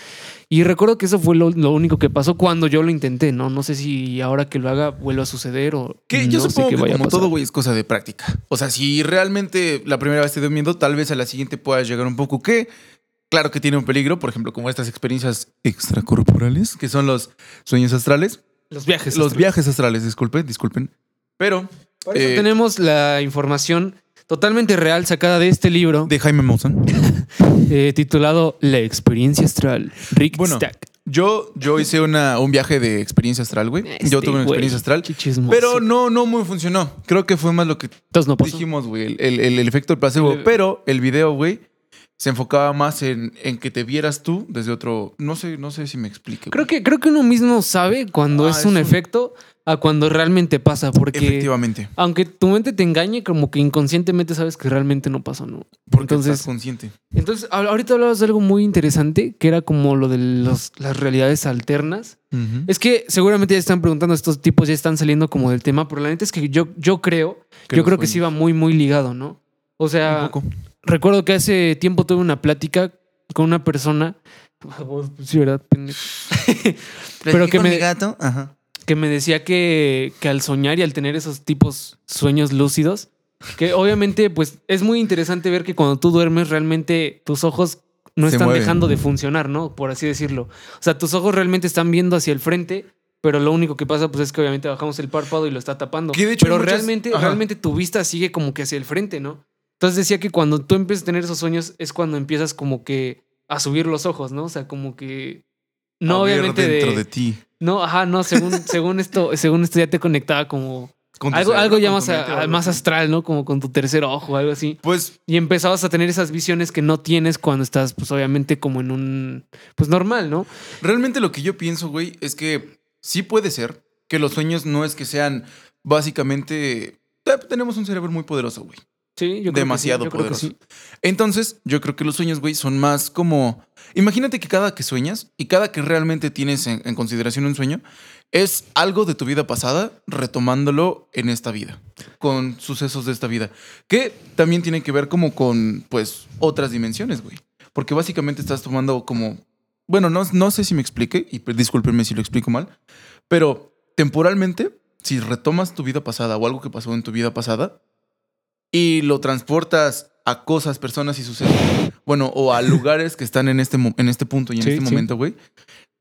Speaker 1: Y recuerdo que eso fue lo, lo único que pasó cuando yo lo intenté, ¿no? No sé si ahora que lo haga vuelva a suceder o...
Speaker 2: Que yo
Speaker 1: no sé
Speaker 2: supongo
Speaker 1: qué
Speaker 2: que
Speaker 1: vaya a
Speaker 2: como
Speaker 1: pasar.
Speaker 2: todo, güey, es cosa de práctica. O sea, si realmente la primera vez te dio miedo, tal vez a la siguiente puedas llegar un poco que, claro que tiene un peligro, por ejemplo, como estas experiencias extracorporales, que son los sueños astrales,
Speaker 1: Los viajes.
Speaker 2: los
Speaker 1: astrales.
Speaker 2: viajes astrales, disculpen, disculpen. Pero
Speaker 1: Por eso
Speaker 2: eh,
Speaker 1: tenemos la información totalmente real sacada de este libro
Speaker 2: de Jaime Maussan,
Speaker 1: eh, titulado La experiencia astral. Rick
Speaker 2: Bueno,
Speaker 1: Stack.
Speaker 2: yo, yo hice una, un viaje de experiencia astral, güey.
Speaker 1: Este,
Speaker 2: yo tuve una experiencia astral, pero no, no muy funcionó. Creo que fue más lo que
Speaker 1: Entonces no pasó.
Speaker 2: dijimos, güey, el, el- el efecto del placebo.
Speaker 1: El-
Speaker 2: Pero el video, güey, se enfocaba más en, en que te vieras tú desde otro. No sé, no sé si me explique.
Speaker 1: Creo
Speaker 2: güey.
Speaker 1: que, creo que uno mismo sabe cuando
Speaker 2: Ah,
Speaker 1: es
Speaker 2: es
Speaker 1: un
Speaker 2: un-
Speaker 1: efecto a cuando realmente pasa, porque
Speaker 2: Efectivamente.
Speaker 1: aunque tu mente te engañe, como que inconscientemente sabes que realmente no pasó, ¿no?
Speaker 2: Porque
Speaker 1: Entonces-
Speaker 2: estás consciente.
Speaker 1: Entonces, a- ahorita hablabas de algo muy interesante, que era como lo de los- las realidades alternas. Es que seguramente ya están preguntando, estos tipos ya están saliendo como del tema, pero la neta es que yo, yo creo,
Speaker 2: Que
Speaker 1: yo
Speaker 2: los
Speaker 1: creo que sí va
Speaker 2: sueños.
Speaker 1: muy, muy ligado, ¿no? O sea,
Speaker 2: Un poco.
Speaker 1: recuerdo que hace tiempo tuve una plática con una persona, sí, ¿verdad? Pendejo. Pero que
Speaker 2: con
Speaker 1: me-
Speaker 2: mi gato. Ajá.
Speaker 1: que me decía que, que al soñar y al tener esos tipos sueños lúcidos, que obviamente pues es muy interesante ver que cuando tú duermes realmente tus ojos no
Speaker 2: Se
Speaker 1: están
Speaker 2: mueven.
Speaker 1: dejando de funcionar, ¿no? Por así decirlo. O sea, tus ojos realmente están viendo hacia el frente, pero lo único que pasa pues es que obviamente bajamos el párpado y lo está tapando.
Speaker 2: Que de hecho
Speaker 1: pero
Speaker 2: hay muchas-
Speaker 1: realmente,
Speaker 2: Ajá.
Speaker 1: realmente tu vista sigue como que hacia el frente, ¿no? Entonces decía que cuando tú empiezas a tener esos sueños es cuando empiezas como que a subir los ojos, ¿no? O sea, como que... No,
Speaker 2: A ver
Speaker 1: obviamente
Speaker 2: Dentro de, ti.
Speaker 1: no, ajá, no, según, según esto, según esto ya te conectaba como
Speaker 2: Con tu
Speaker 1: algo,
Speaker 2: cerebro,
Speaker 1: algo ya
Speaker 2: con tu
Speaker 1: más, a-
Speaker 2: mente o algo
Speaker 1: más
Speaker 2: así.
Speaker 1: astral, ¿no? Como con tu tercer ojo, algo así.
Speaker 2: Pues
Speaker 1: Y empezabas a tener esas visiones que no tienes cuando estás, pues obviamente, como en un. Pues normal, ¿no?
Speaker 2: Realmente lo que yo pienso, güey, es que sí puede ser que los sueños no es que sean básicamente... eh, Tenemos un cerebro muy poderoso, güey.
Speaker 1: Sí, yo creo
Speaker 2: Demasiado
Speaker 1: que sí, yo creo que sí.
Speaker 2: Entonces, yo creo que los sueños, güey, son más como... Imagínate que cada que sueñas y cada que realmente tienes en, en consideración un sueño, es algo de tu vida pasada retomándolo en esta vida, con sucesos de esta vida, que también tiene que ver como con, pues, otras dimensiones, güey. Porque básicamente estás tomando como... Bueno, no, no sé si me explique, y pues, discúlpenme si lo explico mal, pero temporalmente, si retomas tu vida pasada o algo que pasó en tu vida pasada y lo transportas a cosas, personas y sucesos, bueno, o a lugares que están en este, mo- en este punto y en
Speaker 1: Sí, sí.
Speaker 2: este momento, güey.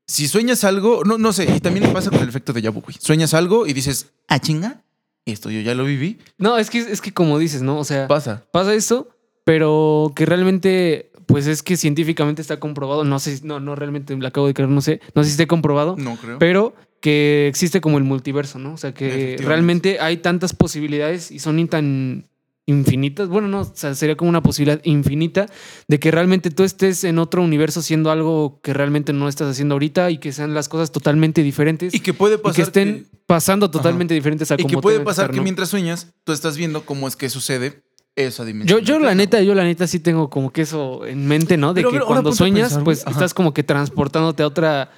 Speaker 2: Si sueñas algo, no, no sé, y también pasa con el efecto de Yabu, güey. Sueñas algo y dices, ah, chinga, esto yo ya lo viví.
Speaker 1: No, es que, es que como dices, ¿no? O sea,
Speaker 2: Pasa.
Speaker 1: pasa eso, pero que realmente, pues es que científicamente está comprobado. No sé, si- no, no, realmente lo acabo de creer, no sé. No sé si esté comprobado.
Speaker 2: No creo.
Speaker 1: pero que existe como el multiverso, ¿no? O sea, que
Speaker 2: Efectivamente.
Speaker 1: realmente hay tantas posibilidades y son in- tan infinitas. Bueno, no, o sea, sería como una posibilidad infinita de que realmente tú estés en otro universo siendo algo que realmente no estás haciendo ahorita y que sean las cosas totalmente diferentes
Speaker 2: y
Speaker 1: y,
Speaker 2: que puede pasar
Speaker 1: que estén
Speaker 2: que-
Speaker 1: pasando totalmente diferentes a
Speaker 2: y
Speaker 1: como
Speaker 2: que puede
Speaker 1: tengan
Speaker 2: pasar
Speaker 1: estar,
Speaker 2: que
Speaker 1: ¿no?
Speaker 2: mientras sueñas, tú estás viendo cómo es que sucede esa dimensión.
Speaker 1: Yo, yo la
Speaker 2: alterna,
Speaker 1: neta,
Speaker 2: güey.
Speaker 1: yo la neta sí tengo como que eso en mente, ¿no? De
Speaker 2: Pero,
Speaker 1: que
Speaker 2: pero ahora
Speaker 1: cuando
Speaker 2: ponte a
Speaker 1: sueñas,
Speaker 2: pensar, güey.
Speaker 1: pues
Speaker 2: Ajá.
Speaker 1: estás como que transportándote a otra.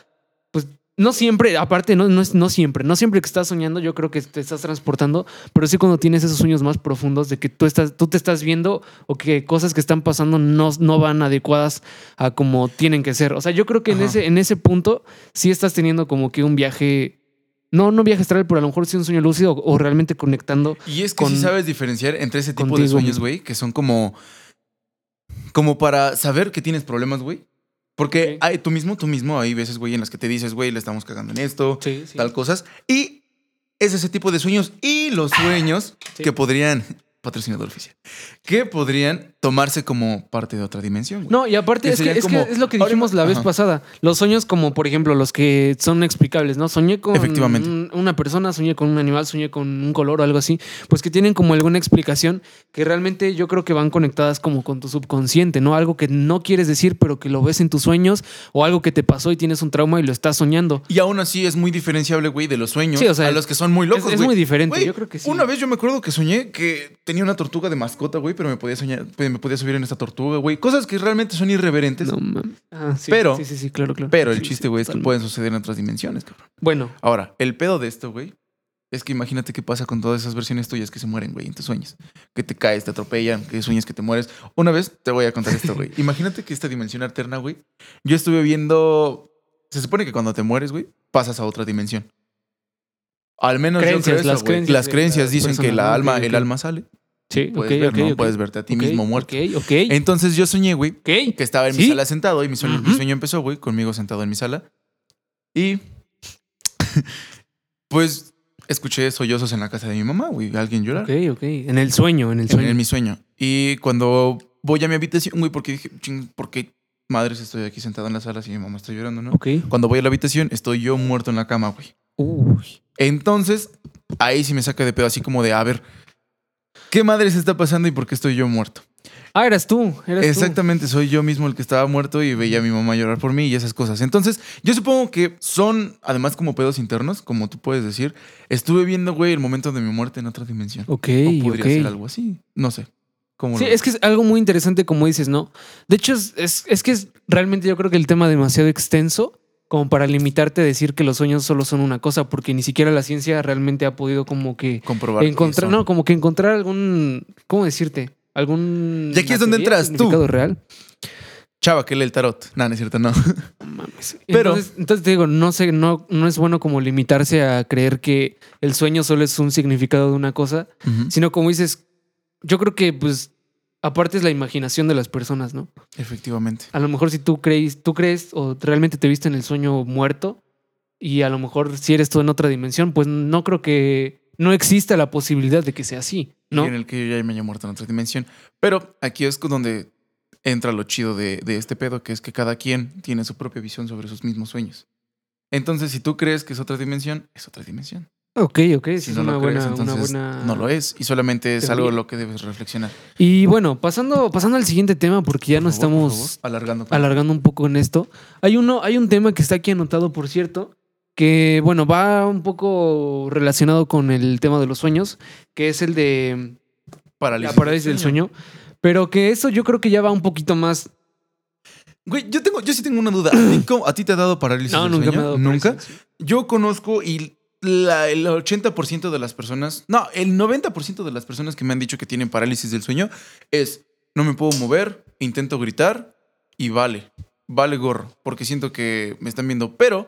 Speaker 1: Pues no siempre, aparte, no, no, es- no siempre. No siempre que estás soñando, yo creo que te estás transportando, pero sí cuando tienes esos sueños más profundos de que tú estás, tú te estás viendo o que cosas que están pasando no, no van adecuadas a como tienen que ser. O sea, yo creo que en
Speaker 2: Ajá.
Speaker 1: ese, en ese punto sí estás teniendo como que un viaje no, no viaje astral, pero a lo mejor sí un sueño lúcido o, o realmente conectando.
Speaker 2: Y es que
Speaker 1: con-
Speaker 2: si sabes diferenciar entre ese tipo de
Speaker 1: contigo
Speaker 2: sueños,
Speaker 1: mismo.
Speaker 2: güey, que son como. Como para saber que tienes problemas, güey. Porque
Speaker 1: Ok.
Speaker 2: hay- tú mismo, tú mismo, hay veces, güey, en las que te dices, güey, le estamos cagando en esto,
Speaker 1: Sí, sí.
Speaker 2: tal cosas. Y es ese tipo de sueños y los sueños
Speaker 1: Ah, sí.
Speaker 2: que podrían. Patrocinador oficial. Que podrían tomarse como parte de otra dimensión, güey.
Speaker 1: No, y aparte
Speaker 2: Que
Speaker 1: es que,
Speaker 2: serían
Speaker 1: es,
Speaker 2: como-
Speaker 1: que es lo que
Speaker 2: ahora-
Speaker 1: dijimos la vez
Speaker 2: ajá.
Speaker 1: pasada. Los sueños como, por ejemplo, los que son explicables, ¿no? Soñé con
Speaker 2: Efectivamente.
Speaker 1: un- una persona, soñé con un animal, soñé con un color o algo así. Pues que tienen como alguna explicación que realmente yo creo que van conectadas como con tu subconsciente, ¿no? Algo que no quieres decir, pero que lo ves en tus sueños o algo que te pasó y tienes un trauma y lo estás soñando.
Speaker 2: Y aún así es muy diferenciable, güey, de los sueños
Speaker 1: Sí, o sea,
Speaker 2: a los que son muy locos,
Speaker 1: es- es
Speaker 2: güey.
Speaker 1: muy diferente,
Speaker 2: Güey,
Speaker 1: yo creo que sí.
Speaker 2: Una vez yo me acuerdo que soñé que tenía una tortuga de mascota, güey, pero me podía soñar, pues, me podía subir en esta tortuga, güey. Cosas que realmente son irreverentes.
Speaker 1: No mames. Ah, sí,
Speaker 2: Pero-
Speaker 1: Sí, sí, sí, claro, claro.
Speaker 2: Pero
Speaker 1: Sí,
Speaker 2: el
Speaker 1: sí,
Speaker 2: chiste, güey, es que
Speaker 1: totalmente.
Speaker 2: pueden suceder en otras dimensiones, cabrón.
Speaker 1: Bueno,
Speaker 2: Ahora, el pedo de esto, güey, es que imagínate qué pasa con todas esas versiones tuyas que se mueren, güey, en tus sueños. Que te caes, te atropellan, que sueñas que te mueres. Una vez te voy a contar esto, güey. Imagínate que esta dimensión alterna, güey, yo estuve viendo... Se supone que cuando te mueres, güey, pasas a otra dimensión. Al menos yo creo
Speaker 1: Creencias,
Speaker 2: eso,
Speaker 1: las
Speaker 2: güey.
Speaker 1: creencias
Speaker 2: las
Speaker 1: de
Speaker 2: creencias
Speaker 1: las
Speaker 2: dicen que
Speaker 1: personas,
Speaker 2: la
Speaker 1: ¿no?
Speaker 2: alma,
Speaker 1: Ok, ok.
Speaker 2: el alma sale.
Speaker 1: sí,
Speaker 2: Puedes
Speaker 1: ok,
Speaker 2: ver,
Speaker 1: ok,
Speaker 2: ¿no?
Speaker 1: ok.
Speaker 2: Puedes verte a ti
Speaker 1: Ok,
Speaker 2: mismo muerto.
Speaker 1: Ok, ok.
Speaker 2: Entonces yo soñé, güey,
Speaker 1: ok.
Speaker 2: que estaba en mi
Speaker 1: ¿Sí?
Speaker 2: sala sentado y mi sueño, mi
Speaker 1: Ujú.
Speaker 2: sueño empezó, güey, conmigo sentado en mi sala. Y pues escuché sollozos en la casa de mi mamá, güey, alguien llorar
Speaker 1: Ok, ok. En el sueño, en el
Speaker 2: en,
Speaker 1: sueño.
Speaker 2: en mi sueño. Y cuando voy a mi habitación, güey, porque dije, ching, ¿por qué madres estoy aquí sentado en la sala si mi mamá está llorando, no?
Speaker 1: Ok.
Speaker 2: Cuando voy a la habitación, estoy yo muerto en la cama, güey.
Speaker 1: Uy.
Speaker 2: Entonces, ahí sí me saca de pedo, así como de, a ver, ¿qué madres está pasando y por qué estoy yo muerto?
Speaker 1: Ah, eras tú. Eras tú.
Speaker 2: Exactamente, soy yo mismo el que estaba muerto y veía a mi mamá llorar por mí y esas cosas. Entonces, yo supongo que son, además como pedos internos, como tú puedes decir, estuve viendo, güey, el momento de mi muerte en otra dimensión.
Speaker 1: Ok,
Speaker 2: o podría
Speaker 1: ok.
Speaker 2: ser algo así, no sé. ¿Cómo
Speaker 1: Sí,
Speaker 2: lo
Speaker 1: es que es algo muy interesante, como dices, ¿no? De hecho, es, es, es que es realmente yo creo que el tema demasiado extenso como para limitarte a decir que los sueños solo son una cosa, porque ni siquiera la ciencia realmente ha podido como que
Speaker 2: comprobar? que
Speaker 1: encontrar,
Speaker 2: son?
Speaker 1: no, como que encontrar algún, ¿cómo decirte? Algún...
Speaker 2: Y aquí es donde
Speaker 1: teoría,
Speaker 2: entras tú.
Speaker 1: significado real.
Speaker 2: Chava, que lee el tarot. No, no es cierto, no.
Speaker 1: Mames.
Speaker 2: Pero-
Speaker 1: entonces, entonces te digo, no sé, no, no es bueno como limitarse a creer que el sueño solo es un significado de una cosa,
Speaker 2: Ujú.
Speaker 1: sino como dices, yo creo que pues aparte es la imaginación de las personas, ¿no?
Speaker 2: Efectivamente.
Speaker 1: A lo mejor si tú crees, tú crees o realmente te viste en el sueño muerto y a lo mejor si eres tú en otra dimensión, pues no creo que no exista la posibilidad de que sea así, ¿no?
Speaker 2: y en el que yo ya me haya muerto en otra dimensión. Pero aquí es donde entra lo chido de, de este pedo, que es que cada quien tiene su propia visión sobre sus mismos sueños. Entonces, si tú crees que es otra dimensión, es otra dimensión.
Speaker 1: Ok, ok, sí,
Speaker 2: Si
Speaker 1: es
Speaker 2: no
Speaker 1: una,
Speaker 2: lo
Speaker 1: buena,
Speaker 2: crees,
Speaker 1: una
Speaker 2: entonces
Speaker 1: buena-
Speaker 2: no lo es. Y solamente es algo
Speaker 1: teoría.
Speaker 2: lo que debes reflexionar.
Speaker 1: Y bueno, pasando, pasando al siguiente tema, porque ya
Speaker 2: Por
Speaker 1: nos
Speaker 2: favor, por
Speaker 1: estamos
Speaker 2: favor, alargando. con-
Speaker 1: alargando un poco en esto. Hay uno, hay un tema que está aquí anotado, por cierto, que bueno, va un poco relacionado con el tema de los sueños, que es el de
Speaker 2: parálisis
Speaker 1: la parálisis del sueño. Pero que eso yo creo que ya va un poquito más.
Speaker 2: Güey, yo, tengo, yo sí tengo una duda. ¿A ti, cómo- a ti te ha dado parálisis
Speaker 1: No,
Speaker 2: del
Speaker 1: nunca me
Speaker 2: sueño?
Speaker 1: ha dado.
Speaker 2: ¿Nunca?
Speaker 1: parálisis del sueño.
Speaker 2: Yo conozco y la- el 80% de las personas, no, el 90% de las personas que me han dicho que tienen parálisis del sueño es, no me puedo mover, intento gritar y vale, vale gorro, porque siento que me están viendo, pero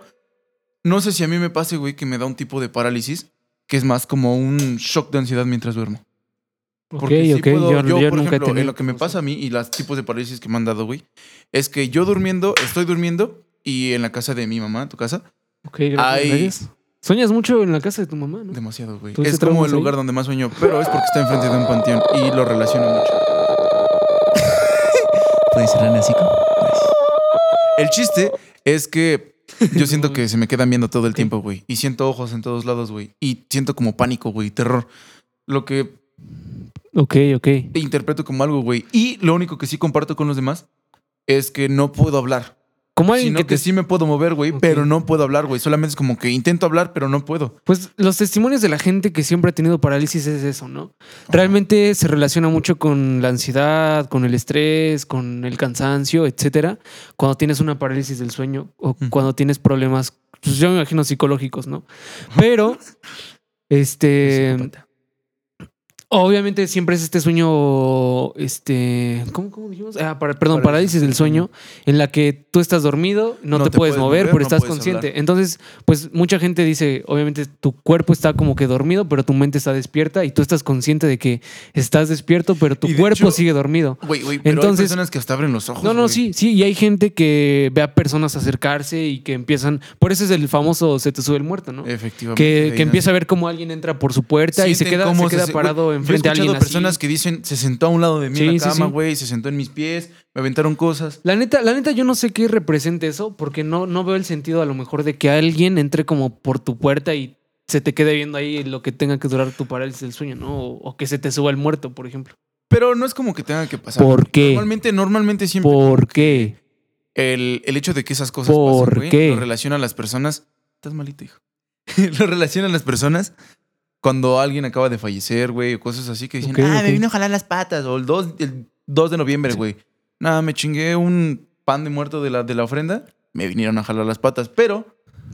Speaker 2: no sé si a mí me pase, güey, que me da un tipo de parálisis que es más como un shock de ansiedad mientras duermo. Porque sí
Speaker 1: Ok, ok,
Speaker 2: puedo-
Speaker 1: yo,
Speaker 2: yo,
Speaker 1: yo
Speaker 2: por
Speaker 1: nunca he
Speaker 2: ejemplo,
Speaker 1: tenido.
Speaker 2: en lo que me pasa a mí y los tipos de parálisis que me han dado, güey, es que yo durmiendo, estoy durmiendo y en la casa de mi mamá, tu casa,
Speaker 1: Ok, gracias,
Speaker 2: Ay.
Speaker 1: gracias. Sueñas mucho en la casa de tu mamá, ¿no?
Speaker 2: Demasiado, güey.
Speaker 1: ¿Tuviste
Speaker 2: Es como
Speaker 1: traumas
Speaker 2: el
Speaker 1: ahí?
Speaker 2: lugar donde más sueño, pero es porque está enfrente de un panteón y lo relaciono mucho. ¿Puedes cerrar así? El chiste es que yo siento que se me quedan viendo todo el tiempo, güey. Y siento ojos en todos lados, güey. Y siento como pánico, güey, terror. Lo que
Speaker 1: Ok, ok.
Speaker 2: interpreto como algo, güey. Y lo único que sí comparto con los demás es que no puedo hablar.
Speaker 1: Como alguien
Speaker 2: Sino
Speaker 1: que
Speaker 2: que,
Speaker 1: te
Speaker 2: sí me puedo mover, güey,
Speaker 1: Ok.
Speaker 2: pero no puedo hablar, güey. Solamente es como que intento hablar, pero no puedo.
Speaker 1: Pues los testimonios de la gente que siempre ha tenido parálisis es eso, ¿no? Realmente se relaciona mucho con la ansiedad, con el estrés, con el cansancio, etcétera. Cuando tienes una parálisis del sueño o
Speaker 2: Ujú.
Speaker 1: cuando tienes problemas, pues, yo me Eh, imagino psicológicos, ¿no? Pero, este, Obviamente siempre es este sueño, este, ¿cómo, cómo dijimos? Ah, para- perdón,
Speaker 2: Parálisis
Speaker 1: parálisis del sueño, en la que tú estás dormido, no, te, puedes, mover, pero
Speaker 2: no
Speaker 1: estás
Speaker 2: puedes
Speaker 1: consciente.
Speaker 2: hablar.
Speaker 1: Entonces, pues mucha gente dice, obviamente tu cuerpo está como que dormido, pero tu mente está despierta y tú estás consciente de que estás despierto, pero tu
Speaker 2: Y de
Speaker 1: cuerpo
Speaker 2: hecho-
Speaker 1: sigue dormido.
Speaker 2: Güey, güey, pero
Speaker 1: Entonces-
Speaker 2: hay personas que hasta abren los ojos.
Speaker 1: No, no,
Speaker 2: güey.
Speaker 1: sí, sí, y hay gente que ve a personas acercarse y que empiezan, por eso es el famoso se te sube el muerto,
Speaker 2: Eh,
Speaker 1: ¿no?
Speaker 2: Efectivamente. de
Speaker 1: Que,
Speaker 2: ahí
Speaker 1: que
Speaker 2: nace.
Speaker 1: empieza a ver cómo alguien entra por su puerta y se
Speaker 2: Sienten
Speaker 1: queda, se
Speaker 2: cómo
Speaker 1: queda
Speaker 2: se-
Speaker 1: parado
Speaker 2: güey,
Speaker 1: enfrente
Speaker 2: yo
Speaker 1: a
Speaker 2: he escuchado
Speaker 1: alguien. así.
Speaker 2: personas que dicen, se sentó a un lado de mí en
Speaker 1: Sí,
Speaker 2: la
Speaker 1: sí,
Speaker 2: cama,
Speaker 1: sí.
Speaker 2: güey, se sentó en mis pies, me aventaron cosas.
Speaker 1: La neta, la neta, yo no sé qué representa eso, porque no, no veo el sentido a lo mejor de que alguien entre como por tu puerta y se te quede viendo ahí lo que tenga que durar tu parálisis del sueño, ¿no? O, o que se te suba el muerto, por ejemplo.
Speaker 2: Pero no es como que tenga que pasar.
Speaker 1: ¿Por qué?
Speaker 2: Normalmente, normalmente siempre
Speaker 1: ¿Por qué?
Speaker 2: el, el hecho de que esas cosas
Speaker 1: ¿Por
Speaker 2: pasen, güey,
Speaker 1: qué?
Speaker 2: lo relaciona a las personas. Estás malito, hijo. lo relaciona a las personas cuando alguien acaba de fallecer, güey, o cosas así que dicen,
Speaker 1: Ok,
Speaker 2: ah,
Speaker 1: ok.
Speaker 2: me vino a jalar las patas, o el 2, el 2 de noviembre, güey. Nada, me chingué un pan de muerto de la, de la ofrenda, me vinieron a jalar las patas, pero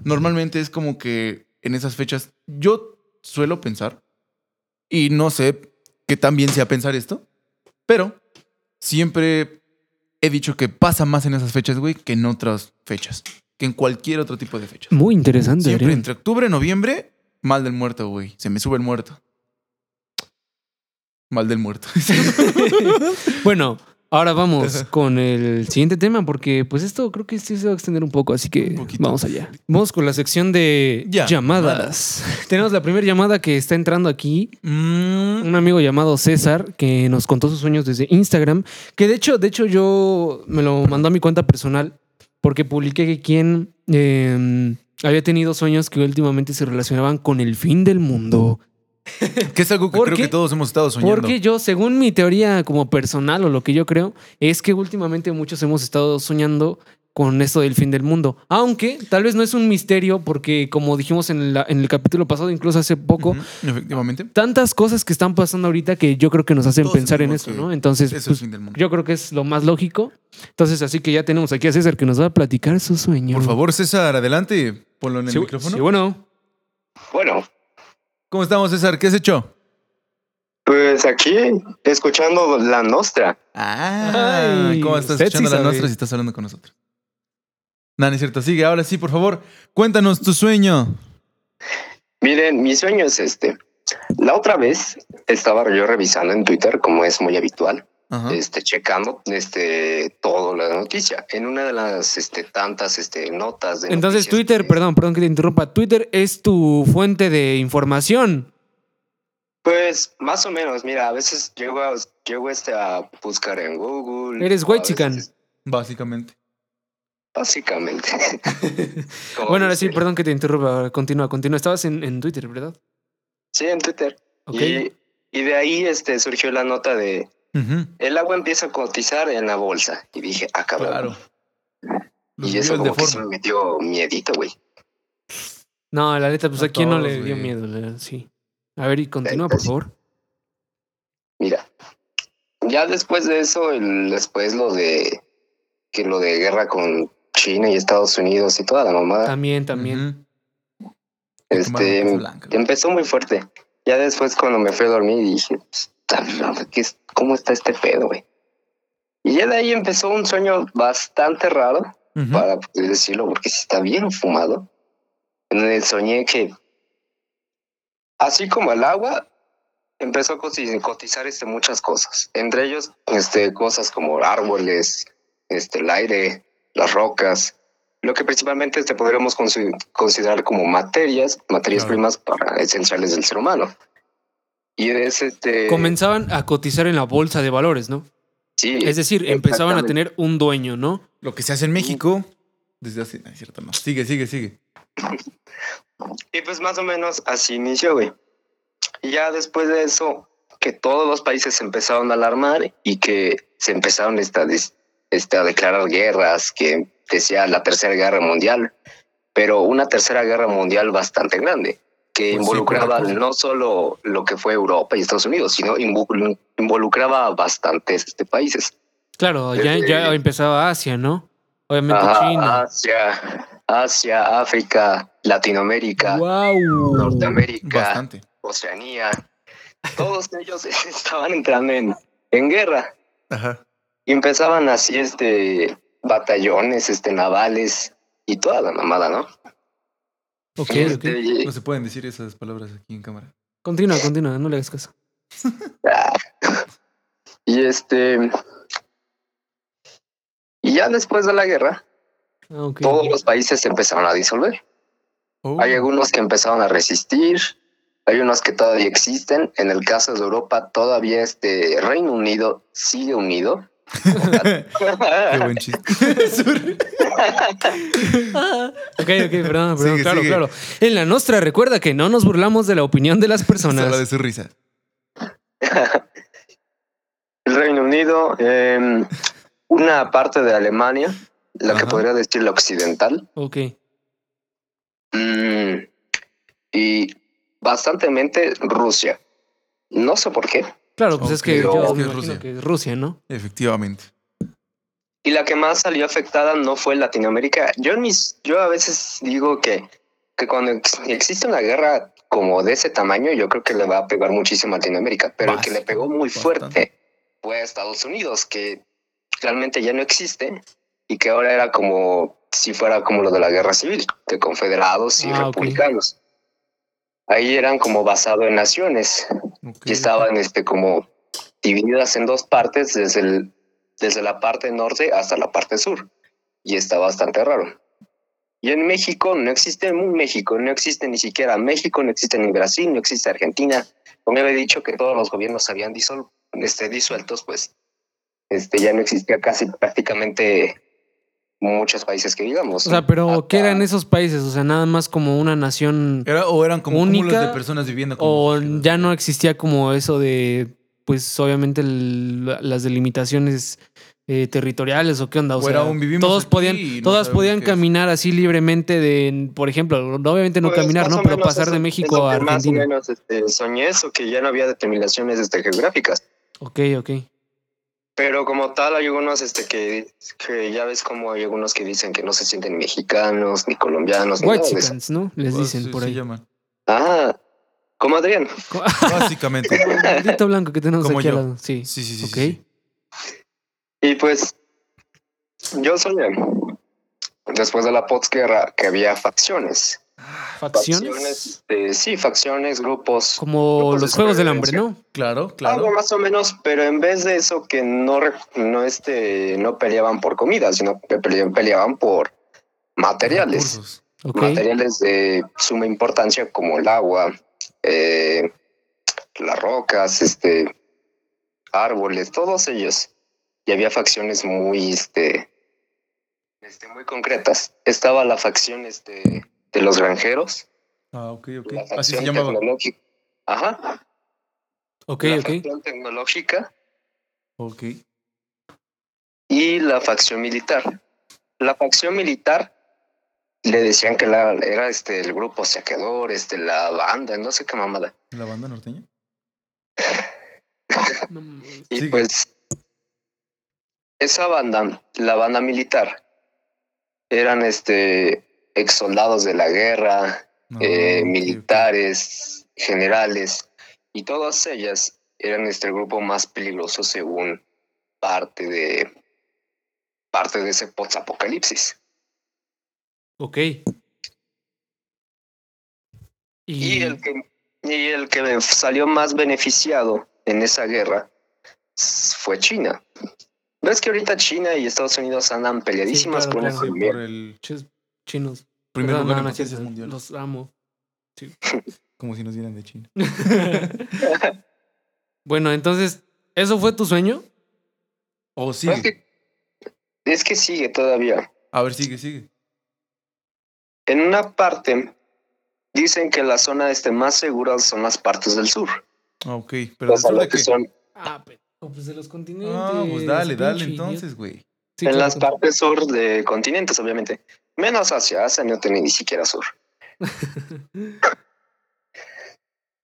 Speaker 2: normalmente es como que en esas fechas yo suelo pensar, y no sé que también sea pensar esto, pero siempre he dicho que pasa más en esas fechas, güey, que en otras fechas, que en cualquier otro tipo de fecha.
Speaker 1: Muy interesante,
Speaker 2: Siempre
Speaker 1: Adrián.
Speaker 2: entre octubre y noviembre, mal del muerto, güey. Se me sube el muerto. Mal del muerto.
Speaker 1: Bueno, ahora vamos con el siguiente tema, porque pues esto creo que sí se va a extender un poco, así que
Speaker 2: Un poquito.
Speaker 1: vamos allá. Vamos con la sección de
Speaker 2: Ya, Ah.
Speaker 1: llamadas. Tenemos la primera llamada que está entrando aquí,
Speaker 2: Mm,
Speaker 1: un amigo llamado César que nos contó sus sueños desde Instagram, que de hecho, de hecho yo me lo mandó a mi cuenta personal porque publiqué que quien eh, había tenido sueños que últimamente se relacionaban con el fin del mundo.
Speaker 2: que es algo que
Speaker 1: ¿Por
Speaker 2: creo
Speaker 1: qué?
Speaker 2: que todos hemos estado soñando.
Speaker 1: Porque yo, según mi teoría como personal o lo que yo creo, es que últimamente muchos hemos estado soñando con esto del fin del mundo. Aunque tal vez no es un misterio porque como dijimos en, la- en el capítulo pasado, incluso hace poco,
Speaker 2: Ujú, Efectivamente.
Speaker 1: tantas cosas que están pasando ahorita que yo creo que nos hacen
Speaker 2: Todos
Speaker 1: pensar en
Speaker 2: sentimos
Speaker 1: eso,
Speaker 2: que
Speaker 1: ¿no? Entonces,
Speaker 2: Eso es
Speaker 1: pues,
Speaker 2: fin del mundo.
Speaker 1: yo creo que es lo más lógico. Entonces, así que ya tenemos aquí a César que nos va a platicar su sueño.
Speaker 2: Por favor, César, adelante. Ponlo en el
Speaker 1: Sí,
Speaker 2: micrófono.
Speaker 1: sí, bueno.
Speaker 3: Bueno,
Speaker 2: ¿Cómo estamos, César? ¿Qué has hecho?
Speaker 3: pues aquí, escuchando la nostra.
Speaker 2: Ah,
Speaker 1: Ay,
Speaker 2: ¿cómo estás
Speaker 1: usted sí
Speaker 2: escuchando la
Speaker 1: sabe.
Speaker 2: nuestra si estás hablando con nosotros? No, no es cierto. Sigue, ahora sí, por favor, cuéntanos tu sueño.
Speaker 3: Miren, mi sueño es este. La otra vez estaba yo revisando en Twitter, como es muy habitual,
Speaker 2: Ajá.
Speaker 3: este, checando este, toda la noticia. En una de las este, tantas este, notas de
Speaker 1: Entonces,
Speaker 3: noticias
Speaker 1: Twitter,
Speaker 3: que-
Speaker 1: perdón, perdón que te interrumpa. Twitter es tu fuente de información.
Speaker 3: Pues más o menos, mira, a veces llego a, llego este, a buscar en Google.
Speaker 1: Eres
Speaker 3: o a
Speaker 1: whitexican.
Speaker 3: veces-
Speaker 2: Básicamente.
Speaker 3: Básicamente. Como
Speaker 1: Bueno, ahora sí,
Speaker 3: dice.
Speaker 1: perdón que te interrumpa. Continúa, continúa. Estabas en, en Twitter, ¿verdad?
Speaker 3: Sí, en Twitter.
Speaker 1: Ok.
Speaker 3: Y, y de ahí este, surgió la nota de
Speaker 2: Ujú.
Speaker 3: El agua empieza a cotizar en la bolsa. Y dije, ah, cabrón.
Speaker 2: Claro. Los
Speaker 3: y eso
Speaker 2: videos de
Speaker 3: como que sí
Speaker 2: forma.
Speaker 3: me metió miedito, güey.
Speaker 1: No, la neta, pues
Speaker 2: A
Speaker 1: a quién no le
Speaker 2: todos,
Speaker 1: dio
Speaker 2: güey.
Speaker 1: miedo, La neta, sí. A ver, y continúa, por favor.
Speaker 3: Mira. Ya después de eso, el- después lo de que lo de guerra con China y Estados Unidos y toda la mamada.
Speaker 1: También, también.
Speaker 2: Ujú.
Speaker 3: este
Speaker 2: Tomaron Casa Blanca.
Speaker 3: empezó muy fuerte. Ya después cuando me fui a dormir dije, "Pues, ta madre, ¿qué es- ¿cómo está este pedo, güey? Y ya de ahí empezó un sueño bastante raro.
Speaker 2: Ujú.
Speaker 3: para poder decirlo, porque sí está bien fumado. En el soñé que, así como el agua, empezó a cotiz- cotizar este, muchas cosas. Entre ellos, este, cosas como árboles, este, el aire, las rocas. Lo que principalmente este, podríamos consi- considerar como materias, materias
Speaker 2: Claro.
Speaker 3: primas para esenciales del ser humano. Y es este.
Speaker 1: Comenzaban a cotizar en la bolsa de valores, ¿no?
Speaker 3: sí,
Speaker 1: Es decir, empezaban a
Speaker 3: exactamente.
Speaker 1: tener un dueño, ¿no?
Speaker 2: Lo que se hace en México desde hace. No, es cierto, no. Sigue, sigue, sigue.
Speaker 3: Y pues más o menos así inició, güey. Y ya después de eso, que todos los países se empezaron a alarmar y que se empezaron esta, dis- este, a declarar guerras, que decía la Tercera Guerra Mundial, pero una Tercera Guerra Mundial bastante grande, que
Speaker 2: Pues sí,
Speaker 3: involucraba
Speaker 2: correcto.
Speaker 3: no solo lo que fue Europa y Estados Unidos, sino invu- involucraba a bastantes este, países.
Speaker 1: Claro, ya,
Speaker 3: Desde-
Speaker 1: ya empezaba Asia, ¿no? Obviamente
Speaker 3: Ajá,
Speaker 1: China.
Speaker 3: Asia, Asia, África, Latinoamérica,
Speaker 1: Wow.
Speaker 3: Norteamérica,
Speaker 2: Bastante.
Speaker 3: Oceanía. todos ellos estaban entrando en, en guerra
Speaker 2: Ajá.
Speaker 3: y empezaban así este batallones, este navales y toda la mamada, ¿no?
Speaker 1: Ok, ok.
Speaker 3: Este, y-
Speaker 2: No se pueden decir esas palabras aquí en cámara.
Speaker 1: Continúa, continúa, no le hagas caso.
Speaker 3: y este y ya después de la guerra,
Speaker 1: Ah, ok.
Speaker 3: todos los países se empezaron a disolver.
Speaker 2: Oh.
Speaker 3: Hay algunos que empezaron a resistir, hay unos que todavía existen. En el caso de Europa, todavía este Reino Unido sigue unido.
Speaker 2: Qué buen chiste. Sorry.
Speaker 1: Ah, ok, ok, perdón, perdón.
Speaker 2: Sigue,
Speaker 1: claro,
Speaker 2: sigue.
Speaker 1: claro. En la nuestra, recuerda que no nos burlamos de la opinión de las
Speaker 2: Solo
Speaker 1: personas.
Speaker 2: de su risa.
Speaker 3: el Reino Unido, em, una parte de Alemania, la que
Speaker 2: Ajá.
Speaker 3: podría decir la occidental,
Speaker 1: Ok.
Speaker 3: mm, y bastantemente Rusia. No sé por qué.
Speaker 1: Claro, pues es que
Speaker 2: Ok,
Speaker 1: yo
Speaker 3: es
Speaker 1: me
Speaker 2: que
Speaker 1: imagino
Speaker 2: Rusia.
Speaker 1: que es Rusia, ¿no?
Speaker 2: Efectivamente.
Speaker 3: Y la que más salió afectada no fue Latinoamérica. Yo en mis, yo a veces digo que, que cuando ex- existe una guerra como de ese tamaño, yo creo que le va a pegar muchísimo a Latinoamérica. Pero el que le
Speaker 2: Bastante,
Speaker 3: pegó muy
Speaker 2: bastante.
Speaker 3: fuerte fue a Estados Unidos, que realmente ya no existe y que ahora era como si fuera como lo de la guerra civil, de confederados y
Speaker 1: Ah, ok.
Speaker 3: republicanos. Ahí eran como basado en naciones
Speaker 2: Ok.
Speaker 3: y estaban este como divididas en dos partes desde el desde la parte norte hasta la parte sur y está bastante raro y en México no existe un México no existe ni siquiera México no existe ni Brasil no existe Argentina como había dicho que todos los gobiernos se habían disol- este, disueltos pues este ya no existía casi prácticamente muchos países que digamos
Speaker 1: O sea, pero ¿qué
Speaker 3: Hasta-
Speaker 1: eran esos países? O sea, nada más como una nación
Speaker 2: Era, o eran como
Speaker 1: Única,
Speaker 2: cúmulos de personas viviendo como
Speaker 1: o ya no existía como eso de, pues obviamente el- la- las delimitaciones eh, territoriales o qué onda. O,
Speaker 2: O
Speaker 1: sea,
Speaker 2: era un vivimos
Speaker 1: todos
Speaker 2: aquí
Speaker 1: podían,
Speaker 2: y no
Speaker 1: todas
Speaker 2: sabemos
Speaker 1: podían
Speaker 2: qué es.
Speaker 1: caminar así libremente de, por ejemplo, no- obviamente no
Speaker 3: Pues,
Speaker 1: caminar,
Speaker 3: más
Speaker 1: ¿no?
Speaker 3: o
Speaker 1: Pero
Speaker 3: menos
Speaker 1: pasar
Speaker 3: eso
Speaker 1: de
Speaker 3: es
Speaker 1: México
Speaker 3: lo
Speaker 1: a
Speaker 3: que Más o
Speaker 1: Argentina.
Speaker 3: menos este, soñé eso, que ya no había determinaciones este, geográficas.
Speaker 1: Ok, ok.
Speaker 3: Pero como tal hay algunos este que, que ya ves como hay algunos que dicen que no se sienten mexicanos ni colombianos ni
Speaker 1: White
Speaker 3: nada de eso.
Speaker 1: chickens, ¿no? Les
Speaker 2: Ah,
Speaker 1: dicen
Speaker 2: sí,
Speaker 1: por
Speaker 2: se
Speaker 1: ahí.
Speaker 2: llaman.
Speaker 3: Ah, como Adrián.
Speaker 2: Básicamente.
Speaker 1: Maldito blanco que tenemos
Speaker 2: Como
Speaker 1: aquí al
Speaker 2: yo.
Speaker 1: lado. Sí.
Speaker 2: Sí, sí, sí. sí,
Speaker 1: Ok.
Speaker 2: sí.
Speaker 3: Y pues yo soñé después de la postguerra que había facciones.
Speaker 1: Facciones.
Speaker 3: este, sí, facciones, grupos.
Speaker 1: Como
Speaker 3: Grupos de
Speaker 1: los juegos del hambre, ¿no?
Speaker 2: Claro,
Speaker 3: Algo
Speaker 2: claro.
Speaker 3: más o menos, pero en vez de eso que no, re- no, este, no peleaban por comida, sino que pele- peleaban por materiales.
Speaker 2: Recursos.
Speaker 1: Ok.
Speaker 3: materiales de suma importancia como el agua, eh, las rocas, este, árboles, todos ellos. Y había facciones muy, este, este, muy concretas. Estaba la facción este, de los granjeros,
Speaker 2: Ah, ok, ok.
Speaker 3: la
Speaker 2: Así se
Speaker 3: facción
Speaker 2: llamaba.
Speaker 3: tecnológica. Ajá,
Speaker 1: Ok,
Speaker 3: la
Speaker 1: ok.
Speaker 3: facción tecnológica
Speaker 2: Ok.
Speaker 3: y la facción militar. La facción militar le decían que la, era este el grupo saqueador, este la banda, no sé qué mamada.
Speaker 2: ¿La banda norteña?
Speaker 1: No mames.
Speaker 3: Y
Speaker 2: Sigue.
Speaker 3: pues esa banda, la banda militar, eran este ex soldados de la guerra,
Speaker 2: No,
Speaker 3: eh,
Speaker 2: Ah, ok, ok.
Speaker 3: militares, generales, y todas ellas eran este el grupo más peligroso según parte de parte de ese post-apocalipsis.
Speaker 1: Ok.
Speaker 3: Y el que y el que salió más beneficiado en esa guerra s- fue China. ¿Ves que ahorita China y Estados Unidos andan peleadísimas
Speaker 1: claro,
Speaker 3: por una
Speaker 1: claro.
Speaker 2: Sí,
Speaker 3: economía?
Speaker 2: por el
Speaker 1: Ches- chinos.
Speaker 2: primer
Speaker 1: Perdón,
Speaker 2: lugar
Speaker 1: no,
Speaker 2: en
Speaker 1: no,
Speaker 2: potencias
Speaker 1: chinos,
Speaker 2: mundiales.
Speaker 1: Los amo.
Speaker 2: Como si nos vieran de China.
Speaker 1: bueno, entonces, ¿eso fue tu sueño?
Speaker 2: O
Speaker 3: Es
Speaker 2: sigue.
Speaker 3: que, es que sigue todavía.
Speaker 2: A ver, sigue, sigue.
Speaker 3: En una parte dicen que la zona este más segura son las partes del sur.
Speaker 2: Ah, ok. Pero
Speaker 3: O sea,
Speaker 2: después
Speaker 3: lo
Speaker 2: de
Speaker 3: que
Speaker 2: que.
Speaker 3: son
Speaker 1: Ah, pero pues de los continentes.
Speaker 2: Ah, pues dale, dale
Speaker 1: pinche idiota.
Speaker 2: entonces, güey.
Speaker 1: Sí,
Speaker 3: en
Speaker 1: claro,
Speaker 3: las
Speaker 1: claro.
Speaker 3: partes sur de continentes, obviamente. Menos Asia, Asia no tiene ni siquiera sur.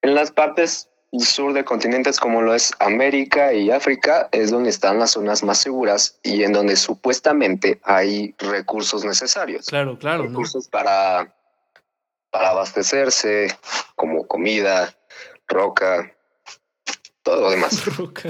Speaker 3: En las partes sur de continentes como lo es América y África es donde están las zonas más seguras y en donde supuestamente hay recursos necesarios.
Speaker 1: Claro, claro, ¿no?
Speaker 3: recursos para, para abastecerse, como comida, roca, todo lo demás.
Speaker 1: Roca.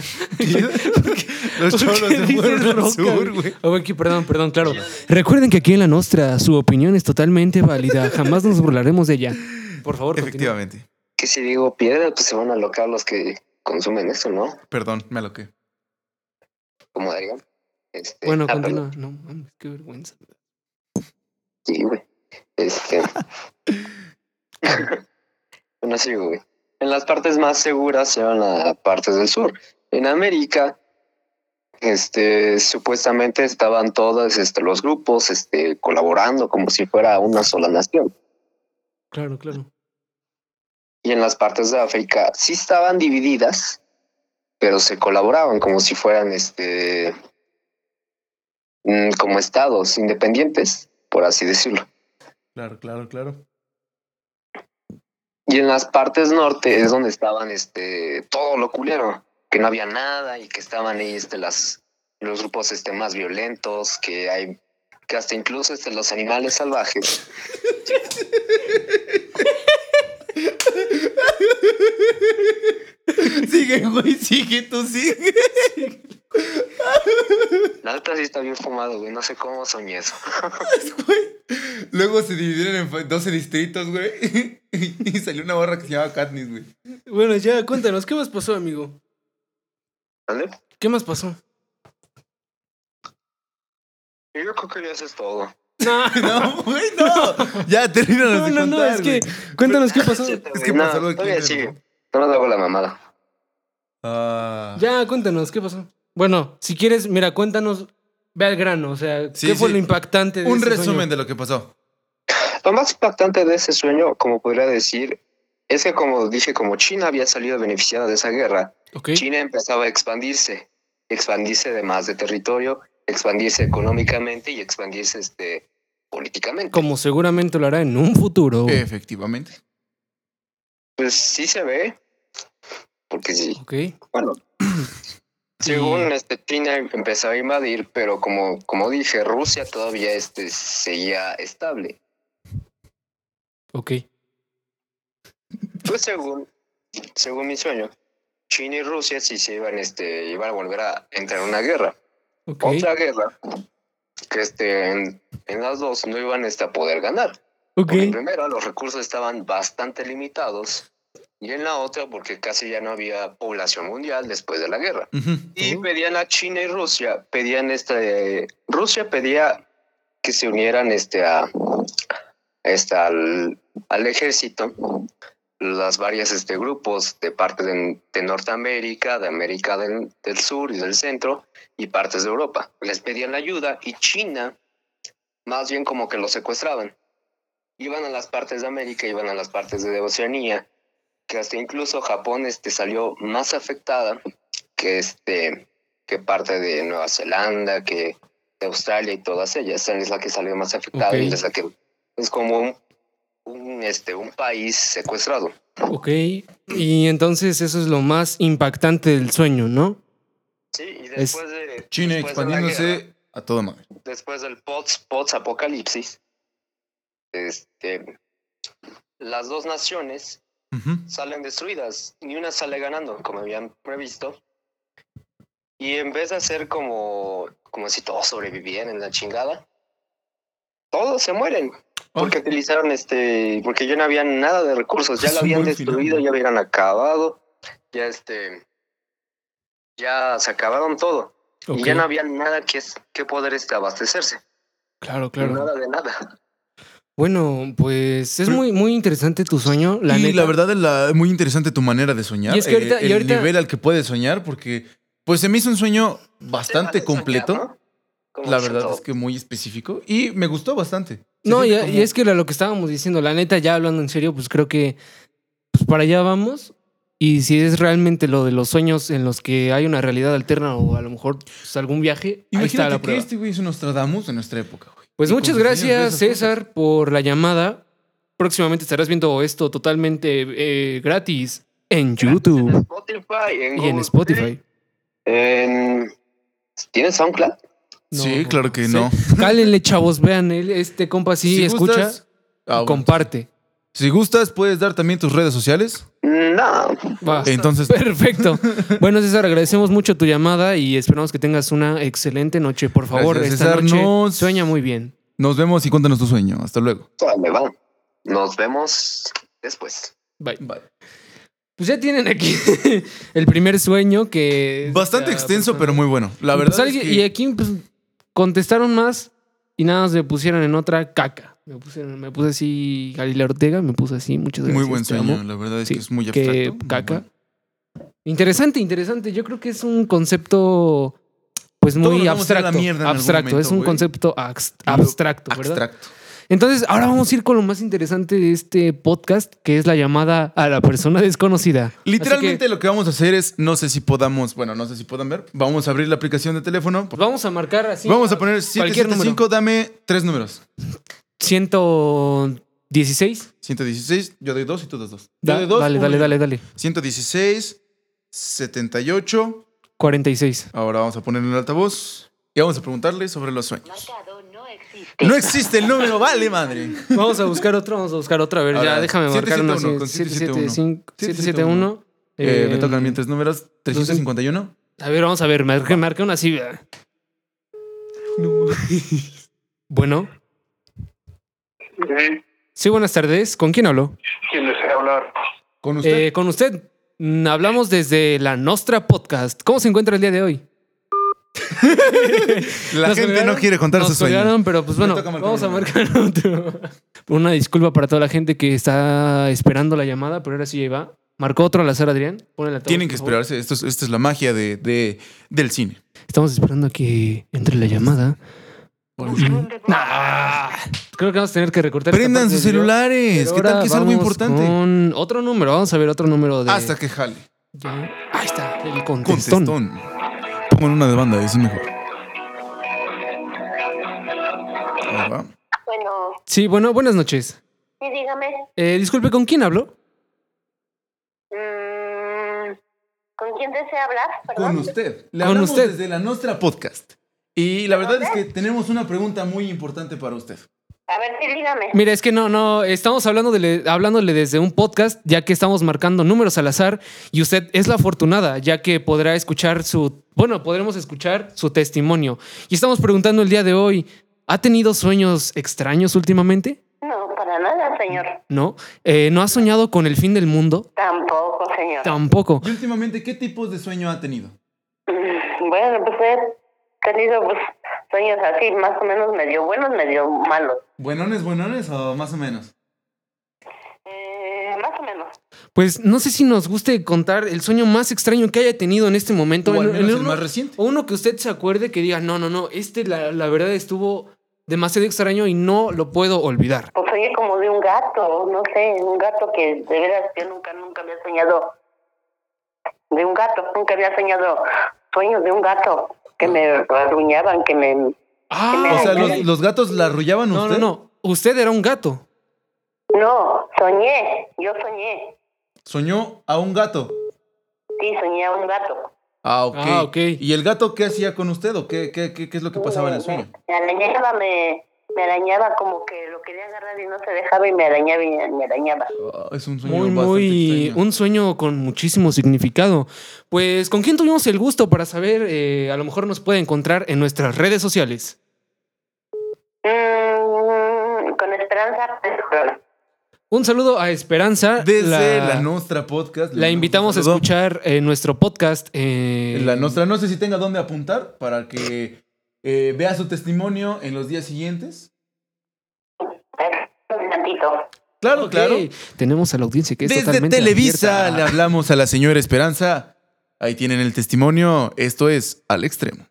Speaker 1: ¿Por qué
Speaker 2: Los cholos se
Speaker 1: dices
Speaker 2: fueron al
Speaker 1: roca,
Speaker 2: sur, güey.
Speaker 1: Ah, güey, aquí, perdón, perdón, claro. Recuerden que aquí en la Nostra su opinión es totalmente válida. Jamás nos burlaremos de ella. Por favor, continúa.
Speaker 2: Efectivamente.
Speaker 3: Que si digo piedra, pues se van a alocar los que consumen eso, ¿no?
Speaker 2: Perdón, me aloqué.
Speaker 3: Como dirían. Este,
Speaker 1: Bueno,
Speaker 3: ah, perdón.
Speaker 1: continúa. No mames, qué vergüenza.
Speaker 3: Sí, güey. Este. bueno, sí, güey. En las partes más seguras se van a partes del sur. En América, este, supuestamente estaban todos este, los grupos este, colaborando como si fuera una sola nación.
Speaker 1: Claro, claro.
Speaker 3: Y en las partes de África sí estaban divididas, pero se colaboraban como si fueran este mm, como estados independientes, por así decirlo.
Speaker 2: Claro, claro, claro.
Speaker 3: Y en las partes norte es donde estaban este todo lo culero, que no había nada y que estaban ahí este las los grupos este más violentos, que hay que hasta incluso este los animales salvajes.
Speaker 2: Sigue, güey, sigue, tú sigue.
Speaker 3: La neta sí está bien fumado, güey, no sé cómo soñé eso.
Speaker 2: güey. Luego se dividieron en fa- 12 distritos, güey. Y salió una barra que se llamaba Katniss, güey.
Speaker 1: Bueno, ya, cuéntanos, ¿qué más pasó, amigo?
Speaker 3: ¿Vale?
Speaker 1: ¿Qué más pasó?
Speaker 3: Y Yo creo que ya eso es todo.
Speaker 1: No,
Speaker 2: No, güey, no. Ya, termínanos
Speaker 1: no,
Speaker 2: de
Speaker 1: no, no,
Speaker 2: contar,
Speaker 1: es que,
Speaker 2: güey.
Speaker 1: cuéntanos qué pasó.
Speaker 2: Es que pasó algo
Speaker 3: no,
Speaker 2: aquí
Speaker 3: todavía
Speaker 2: entre
Speaker 3: sigue.
Speaker 2: nosotros.
Speaker 3: No me hago la mamada.
Speaker 2: Ah.
Speaker 1: Ya, cuéntanos, ¿qué pasó? Bueno, si quieres, mira, cuéntanos, ve al grano, o sea,
Speaker 2: Sí,
Speaker 1: ¿qué fue
Speaker 2: sí.
Speaker 1: lo impactante de
Speaker 2: Un
Speaker 1: ese
Speaker 2: resumen
Speaker 1: sueño?
Speaker 2: de lo que pasó.
Speaker 3: Lo más impactante de ese sueño, como podría decir, es que como dije, como China había salido beneficiada de esa guerra,
Speaker 1: Ok,
Speaker 3: China empezaba a expandirse, expandirse de más de territorio, expandirse económicamente y expandirse este, políticamente.
Speaker 1: como seguramente lo hará en un
Speaker 2: Oh.
Speaker 1: futuro.
Speaker 2: Efectivamente.
Speaker 3: Pues sí se ve, porque sí,
Speaker 1: Ok,
Speaker 3: bueno. Según este China empezaba a invadir, pero como, como dije, Rusia todavía este, seguía estable.
Speaker 1: ok.
Speaker 3: Pues según, según mi sueño, China y Rusia sí se iban, este, iban a volver a entrar en una guerra.
Speaker 1: Ok,
Speaker 3: Otra guerra que este, en, en las dos no iban este, a poder ganar.
Speaker 1: ok.
Speaker 3: Porque primero los recursos estaban bastante limitados y en la otra porque casi ya no había población mundial después de la guerra.
Speaker 2: Ujú.
Speaker 3: Y
Speaker 1: Oh.
Speaker 3: pedían a China y Rusia, pedían este, Rusia pedía que se unieran este a, este, al, al ejército las varias este grupos de parte de, de Norteamérica, de América del, del Sur y del Centro y partes de Europa. Les pedían ayuda y China más bien como que los secuestraban. Iban a las partes de América, iban a las partes de Oceanía, que hasta incluso Japón este, salió más afectada que este que parte de Nueva Zelanda, que de Australia y todas ellas. Esa es la que salió más afectada y
Speaker 1: Ok.
Speaker 3: es la que es como un, un, este, un país secuestrado.
Speaker 1: Ok, y entonces eso es lo más impactante del sueño, ¿no?
Speaker 3: Sí, y
Speaker 1: Es
Speaker 3: después de
Speaker 2: China
Speaker 3: después de la guerra,
Speaker 2: expandiéndose a todo madre.
Speaker 3: después del pots pots apocalipsis, este, las dos naciones
Speaker 2: Ujú.
Speaker 3: salen destruidas, ni una sale ganando, como habían previsto. Y en vez de hacer como, como si todos sobrevivieran en la chingada, todos se mueren. Porque utilizaron este, porque ya no había nada de recursos, ya
Speaker 2: Es
Speaker 3: lo
Speaker 2: un
Speaker 3: habían
Speaker 2: buen final,
Speaker 3: destruido,
Speaker 2: ¿no?
Speaker 3: ya habían acabado, ya este, ya se acabaron todo. Y
Speaker 1: Ok,
Speaker 3: ya no había nada que, es- que poder este, abastecerse.
Speaker 1: Claro, claro.
Speaker 3: Nada de nada.
Speaker 1: Bueno, pues es muy, muy interesante tu sueño, la
Speaker 2: y
Speaker 1: neta.
Speaker 2: la verdad es la- muy interesante tu manera de soñar.
Speaker 1: Y es que ahorita-
Speaker 2: eh,
Speaker 1: y
Speaker 2: el
Speaker 1: ahorita-
Speaker 2: nivel al que puedes soñar, porque pues se me hizo un sueño bastante completo.
Speaker 3: ¿no? Como
Speaker 2: La
Speaker 3: dicen
Speaker 2: verdad
Speaker 3: todo.
Speaker 2: es que muy específico y me gustó bastante. Se
Speaker 1: No, y,
Speaker 2: siente como-
Speaker 1: y es que era lo que estábamos diciendo, la neta, ya hablando en serio, pues creo que pues, para allá vamos. Y si es realmente lo de los sueños en los que hay una realidad alterna o a lo mejor pues, algún viaje, ahí está
Speaker 2: Imagínate
Speaker 1: la
Speaker 2: que
Speaker 1: prueba.
Speaker 2: este güey es un Nostradamus de nuestra época, güey.
Speaker 1: Pues
Speaker 2: Y
Speaker 1: muchas
Speaker 2: con sus sueños
Speaker 1: gracias,
Speaker 2: de esas cosas.
Speaker 1: César, por la llamada. Próximamente estarás viendo esto totalmente eh, gratis en
Speaker 3: En
Speaker 1: YouTube
Speaker 3: Spotify, en
Speaker 1: y en
Speaker 2: Oh,
Speaker 3: Google Play,
Speaker 1: Spotify.
Speaker 3: en- Em, ¿Tienes SoundCloud?
Speaker 2: Sí, claro que
Speaker 1: sí.
Speaker 2: no.
Speaker 1: Cálenle, chavos, vean, él- este compa sí
Speaker 2: Si
Speaker 1: escucha
Speaker 2: gustas-
Speaker 1: y
Speaker 2: Ah, bueno.
Speaker 1: comparte.
Speaker 2: Si gustas, puedes dar también tus redes sociales.
Speaker 3: Mm, No,
Speaker 1: Va.
Speaker 2: Entonces,
Speaker 1: Perfecto. Bueno, César, agradecemos mucho tu llamada y esperamos que tengas una excelente noche. Por favor,
Speaker 2: Gracias,
Speaker 1: esta
Speaker 2: César.
Speaker 1: noche
Speaker 2: Nos-
Speaker 1: sueña muy bien.
Speaker 2: nos vemos y cuéntanos tu sueño. Hasta luego.
Speaker 3: todavía me va. Nos vemos después.
Speaker 1: Bye. Pues ya tienen aquí el primer sueño que... es
Speaker 2: Bastante
Speaker 1: la
Speaker 2: extenso,
Speaker 1: persona.
Speaker 2: pero muy bueno. La
Speaker 1: Pues
Speaker 2: verdad. es
Speaker 1: alguien-
Speaker 2: que-
Speaker 1: Y aquí pues, contestaron más y nada más me pusieron en otra caca. Me, pusieron, me puse así Galilea Ortega, me puse así, muchas gracias.
Speaker 2: Muy buen
Speaker 1: te
Speaker 2: sueño,
Speaker 1: amo.
Speaker 2: la verdad es
Speaker 1: Sí,
Speaker 2: que es muy
Speaker 1: que
Speaker 2: abstracto. muy
Speaker 1: caca.
Speaker 2: bueno.
Speaker 1: Interesante, interesante. Yo creo que es un concepto pues
Speaker 2: Todos
Speaker 1: muy
Speaker 2: nos vamos a ir a la
Speaker 1: abstracto.
Speaker 2: mierda en algún
Speaker 1: abstracto,
Speaker 2: momento,
Speaker 1: es un
Speaker 2: güey.
Speaker 1: concepto ax- abstracto, ¿verdad?
Speaker 2: Abstracto.
Speaker 1: Entonces, ahora vamos a ir con lo más interesante de este podcast, que es la llamada a la persona desconocida.
Speaker 2: Literalmente
Speaker 1: Así que,
Speaker 2: lo que vamos a hacer es, no sé si podamos, bueno, no sé si puedan ver, vamos a abrir la aplicación de teléfono.
Speaker 1: pues, vamos a marcar así.
Speaker 2: vamos a poner
Speaker 1: cualquier
Speaker 2: 775, dame tres números.
Speaker 1: 116.
Speaker 2: 116, yo doy dos y tú das dos. Yo
Speaker 1: Da-
Speaker 2: doy dos.
Speaker 1: dale,
Speaker 2: uno
Speaker 1: dale,
Speaker 2: y-
Speaker 1: dale, dale.
Speaker 2: 116, 78.
Speaker 1: 46.
Speaker 2: Ahora vamos a poner en el altavoz y vamos a preguntarle sobre los sueños.
Speaker 4: Marcado no existe.
Speaker 2: No existe el número, vale, madre.
Speaker 1: Vamos a buscar otro, vamos a buscar otra. A ver,
Speaker 2: Ahora,
Speaker 1: ya déjame marcar uno así.
Speaker 2: 771, con
Speaker 1: 775, 771.
Speaker 2: 771. Eh, me
Speaker 1: Eh,
Speaker 2: tocan bien tres números, 351.
Speaker 1: A ver, vamos a ver, marca, marca una así. vea. No. bueno. Sí, buenas tardes. ¿Con quién hablo?
Speaker 5: ¿Quién desea hablar?
Speaker 2: Con usted.
Speaker 1: Eh, con usted mm, hablamos desde la Nostra Podcast. ¿Cómo se encuentra el día de hoy?
Speaker 2: la
Speaker 1: nos
Speaker 2: gente
Speaker 1: colgaron,
Speaker 2: no quiere contar
Speaker 1: Nos
Speaker 2: sus sueños.
Speaker 1: colgaron, pero pues
Speaker 2: Me
Speaker 1: bueno,
Speaker 2: toca marcar
Speaker 1: vamos a
Speaker 2: uno.
Speaker 1: marcar otro. Una disculpa para toda la gente que está esperando la llamada, pero ahora sí ya va. Marcó otro al azar, Adrián. Ponle la
Speaker 2: Tienen que esperarse. Esto es, esta es la magia de, de- del cine.
Speaker 1: Estamos esperando a que entre la llamada. Ah, creo que vamos a tener que recortar. esta
Speaker 2: Prendan
Speaker 1: parte
Speaker 2: sus
Speaker 1: del video.
Speaker 2: celulares.
Speaker 1: Pero
Speaker 2: ¿Qué tal
Speaker 1: ahora
Speaker 2: que es algo
Speaker 1: vamos
Speaker 2: importante?
Speaker 1: con otro número. Vamos a ver otro número de.
Speaker 2: Hasta que jale.
Speaker 1: Ya. Ahí está, el contestón.
Speaker 2: Contestón. Pongan una de banda, es mejor. Ahí va.
Speaker 4: Bueno,
Speaker 1: Sí, bueno, buenas noches.
Speaker 4: sí, dígame.
Speaker 1: Eh, disculpe, ¿con quién hablo?
Speaker 4: Mm, ¿Con quién desea hablar?
Speaker 2: Con
Speaker 4: Perdón.
Speaker 2: usted. Le
Speaker 1: Con
Speaker 2: hablamos
Speaker 1: usted.
Speaker 2: desde la nuestra podcast. Y la verdad es que tenemos una pregunta muy importante para usted.
Speaker 4: A ver, sí, dígame.
Speaker 1: Mira, es que no, no, estamos hablando de- hablándole desde un podcast, ya que estamos marcando números al azar y usted es la afortunada, ya que podrá escuchar su, bueno, podremos escuchar su testimonio. Y estamos preguntando el día de hoy, ¿ha tenido sueños extraños últimamente?
Speaker 4: No, para nada, señor.
Speaker 1: ¿No? Eh, ¿No ha soñado con el fin del mundo?
Speaker 4: Tampoco, señor.
Speaker 1: Tampoco.
Speaker 2: Y últimamente, ¿qué tipos de sueño ha tenido?
Speaker 4: Mm, Bueno, pues he tenido pues, sueños así, más o menos medio buenos, medio malos.
Speaker 2: ¿Buenones, buenones o más o menos?
Speaker 4: Eh, más o menos.
Speaker 1: Pues no sé si nos guste contar el sueño más extraño que haya tenido en este momento.
Speaker 2: O
Speaker 1: En-
Speaker 2: al menos
Speaker 1: en
Speaker 2: el
Speaker 1: uno-
Speaker 2: más reciente.
Speaker 1: O uno que usted se acuerde que diga, no, no, no, este la, la verdad estuvo demasiado extraño y no lo puedo olvidar.
Speaker 4: Pues soñé como de un gato, no sé, un gato que de veras yo nunca, nunca había soñado. De un gato, nunca había soñado sueños de un gato que me arruñaban, que me
Speaker 1: Ah,
Speaker 4: me-
Speaker 2: O sea,
Speaker 4: ok.
Speaker 2: los, los gatos la arrullaban
Speaker 1: no, no,
Speaker 2: usted.
Speaker 1: no. Usted era un gato.
Speaker 4: No, soñé, yo soñé.
Speaker 2: Soñó a un gato.
Speaker 4: Sí, soñé a un gato.
Speaker 2: Ah, ok.
Speaker 1: Ah, ok.
Speaker 2: ¿Y el gato qué hacía con usted o qué, qué, qué, qué es lo que pasaba en el
Speaker 4: Me-
Speaker 2: sueño?
Speaker 4: Me arañaba, me, me arañaba como que lo quería agarrar y no se dejaba y me arañaba y me arañaba.
Speaker 2: Ah, es un sueño
Speaker 1: Muy,
Speaker 2: bastante
Speaker 1: muy.
Speaker 2: extraño.
Speaker 1: Un sueño con muchísimo significado. Pues, ¿con quién tuvimos el gusto para saber? Eh, a lo mejor nos puede encontrar en nuestras redes sociales.
Speaker 4: Mm, con esperanza. Pedrerol.
Speaker 1: Un saludo a Esperanza.
Speaker 2: Desde la, nuestra podcast.
Speaker 1: la invitamos a
Speaker 2: escuchar.
Speaker 1: escuchar eh, nuestro podcast. eh,
Speaker 2: La nuestra, no sé si tenga dónde apuntar para que eh, vea su testimonio en los días siguientes.
Speaker 4: Un ratito.
Speaker 2: Claro,
Speaker 1: Ok.
Speaker 2: claro.
Speaker 1: Tenemos a la audiencia que es
Speaker 2: Desde
Speaker 1: totalmente
Speaker 2: Televisa
Speaker 1: abierta.
Speaker 2: le hablamos a la señora Esperanza. Ahí tienen el testimonio. Esto es al extremo.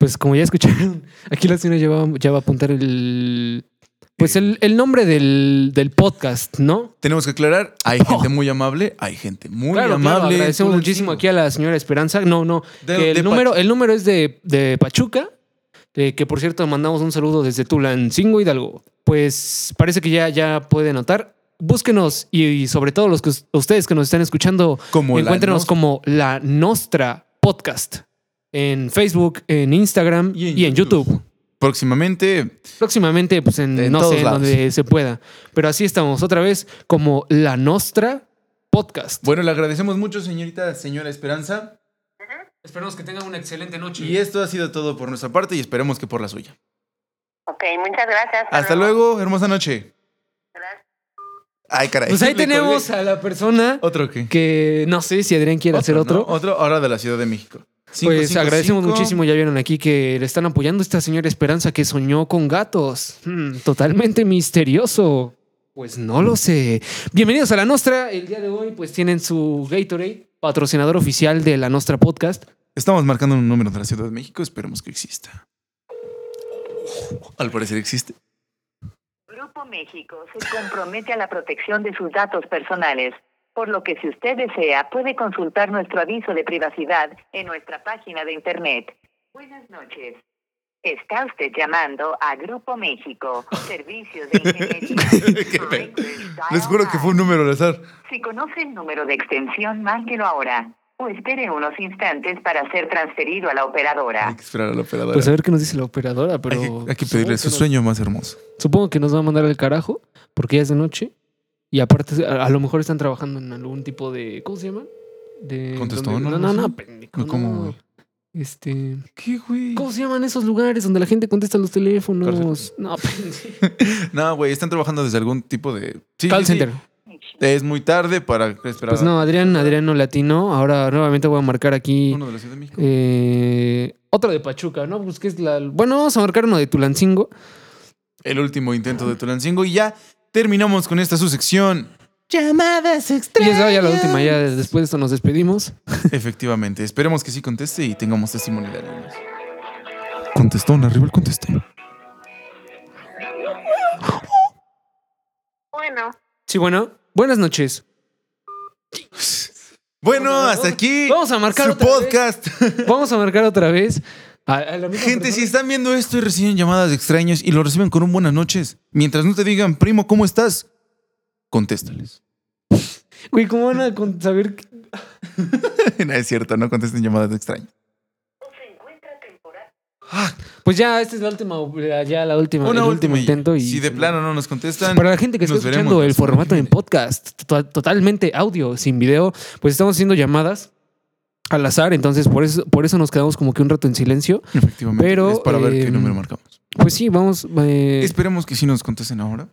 Speaker 1: Pues como ya escucharon, aquí la señora ya va, ya va a apuntar el. Pues el, el nombre del, del podcast, ¿no?
Speaker 2: Tenemos que aclarar, hay gente muy amable, hay gente muy
Speaker 1: Oh. claro, claro,
Speaker 2: amable.
Speaker 1: agradecemos
Speaker 2: todo el
Speaker 1: muchísimo
Speaker 2: tiempo.
Speaker 1: aquí a la señora Esperanza. No, no.
Speaker 2: De-
Speaker 1: que el,
Speaker 2: de
Speaker 1: número, eh,
Speaker 2: Pachuca.
Speaker 1: el número es de, de Pachuca, eh, que por cierto mandamos un saludo desde Tulancingo Hidalgo. Pues parece que ya, ya puede anotar. Búsquenos y, y sobre todo los que us- ustedes que nos están escuchando,
Speaker 2: Como la
Speaker 1: encuéntrenos
Speaker 2: nos-
Speaker 1: como la Nostra Podcast en Facebook, en Instagram y en, YouTube.
Speaker 2: Próximamente,
Speaker 1: Próximamente, pues en,
Speaker 2: En
Speaker 1: no
Speaker 2: todos
Speaker 1: sé, en
Speaker 2: lados.
Speaker 1: donde se pueda. Pero así estamos otra vez como la Nostra podcast.
Speaker 2: Bueno, le agradecemos mucho, señorita, señora Esperanza.
Speaker 1: Esperamos que tengan una excelente noche.
Speaker 2: Y esto ha sido todo por nuestra parte y esperemos que por la suya.
Speaker 4: Ok, muchas gracias.
Speaker 2: Hasta luego, hermosa noche.
Speaker 4: Gracias.
Speaker 2: Ay, caray.
Speaker 1: Pues ahí
Speaker 2: Le colgué.
Speaker 1: tenemos a la persona
Speaker 2: Otro que.
Speaker 1: que no sé si Adrián quiere hacer
Speaker 2: ¿no?
Speaker 1: otro.
Speaker 2: Otro ahora de la Ciudad de México. Cinco,
Speaker 1: Pues
Speaker 2: cinco,
Speaker 1: agradecemos
Speaker 2: cinco.
Speaker 1: muchísimo, ya vieron aquí que le están apoyando a esta señora Esperanza que soñó con gatos. Hmm, totalmente misterioso. Pues no lo sé. Bienvenidos a la Nostra. El día de hoy pues tienen su Gatorade, patrocinador oficial de la Nostra Podcast.
Speaker 2: Estamos marcando un número de la Ciudad de México, esperemos que exista. Al parecer existe.
Speaker 5: Grupo México se compromete a la protección de sus datos personales, por lo que si usted desea puede consultar nuestro aviso de privacidad en nuestra página de internet. Buenas noches. Está usted llamando a Grupo México, Servicios de
Speaker 2: Qué
Speaker 5: Ingeniería.
Speaker 2: pedo. Les juro que fue un número al azar.
Speaker 5: Si conoce el número de extensión, márquelo ahora o espere unos instantes para ser transferido a la operadora.
Speaker 2: Hay que esperar a la operadora.
Speaker 1: Pues a ver qué nos dice la operadora,
Speaker 2: hay,
Speaker 1: pero...
Speaker 2: que, hay que
Speaker 1: supongo
Speaker 2: pedirle
Speaker 1: que
Speaker 2: su
Speaker 1: nos-
Speaker 2: sueño más hermoso.
Speaker 1: Supongo que nos va a mandar al carajo porque ya es de noche y aparte a, a lo mejor están trabajando en algún tipo de ¿cómo se llama? De
Speaker 2: ¿Contestó,
Speaker 1: donde-
Speaker 2: no?
Speaker 1: no, no,
Speaker 2: ¿No?
Speaker 1: no, pendejo,
Speaker 2: No, ¿cómo,
Speaker 1: no.
Speaker 2: güey?
Speaker 1: Este,
Speaker 2: ¿Qué, güey?
Speaker 1: ¿cómo se llaman esos lugares donde la gente contesta los teléfonos?
Speaker 2: Cárcel.
Speaker 1: No, pendejo.
Speaker 2: No, güey, están trabajando desde algún tipo de. Sí,
Speaker 1: Call
Speaker 2: sí, sí.
Speaker 1: center.
Speaker 2: Es muy tarde para esperar.
Speaker 1: Pues no, Adrián, Adrián no latino. Ahora nuevamente voy a marcar aquí
Speaker 2: Uno de la Ciudad de México.
Speaker 1: eh, otro de Pachuca, ¿no? Pues que es la Bueno, vamos a marcar uno de Tulancingo.
Speaker 2: el último intento de Tulancingo y ya terminamos con esta su sección. Llamadas
Speaker 1: Y
Speaker 2: extrañas.
Speaker 1: esa ya la última, ya después de esto nos despedimos.
Speaker 2: Efectivamente, esperemos que sí conteste y tengamos testimonio de alguien más. Contestó un arriba el conteste.
Speaker 4: Bueno,
Speaker 1: Sí, bueno, buenas noches.
Speaker 2: Bueno, hasta aquí
Speaker 1: Vamos a marcar
Speaker 2: su
Speaker 1: otra vez.
Speaker 2: podcast.
Speaker 1: Vamos a marcar otra vez. A, a la misma
Speaker 2: Gente,
Speaker 1: persona.
Speaker 2: si están viendo esto y reciben llamadas de extraños y lo reciben con un buenas noches, mientras no te digan, primo, ¿cómo estás? Contéstales.
Speaker 1: Güey, ¿cómo van a con- saber? que-
Speaker 2: no es cierto, no contesten llamadas de extraños.
Speaker 1: Pues ya, esta es la última, la- ya la última.
Speaker 2: Una
Speaker 1: el
Speaker 2: última.
Speaker 1: último intento. Y,
Speaker 2: si de plano no nos contestan,
Speaker 1: Para la gente que está
Speaker 2: nos
Speaker 1: escuchando
Speaker 2: veremos la
Speaker 1: el
Speaker 2: semana
Speaker 1: formato
Speaker 2: que
Speaker 1: en
Speaker 2: viene.
Speaker 1: podcast, to- totalmente audio, sin video, pues estamos haciendo llamadas al azar, entonces por eso, por eso nos quedamos como que un rato en silencio.
Speaker 2: Efectivamente,
Speaker 1: Pero,
Speaker 2: es para ver qué
Speaker 1: eh,
Speaker 2: número marcamos.
Speaker 1: Pues sí, vamos, eh,
Speaker 2: Esperemos que sí nos contesten ahora.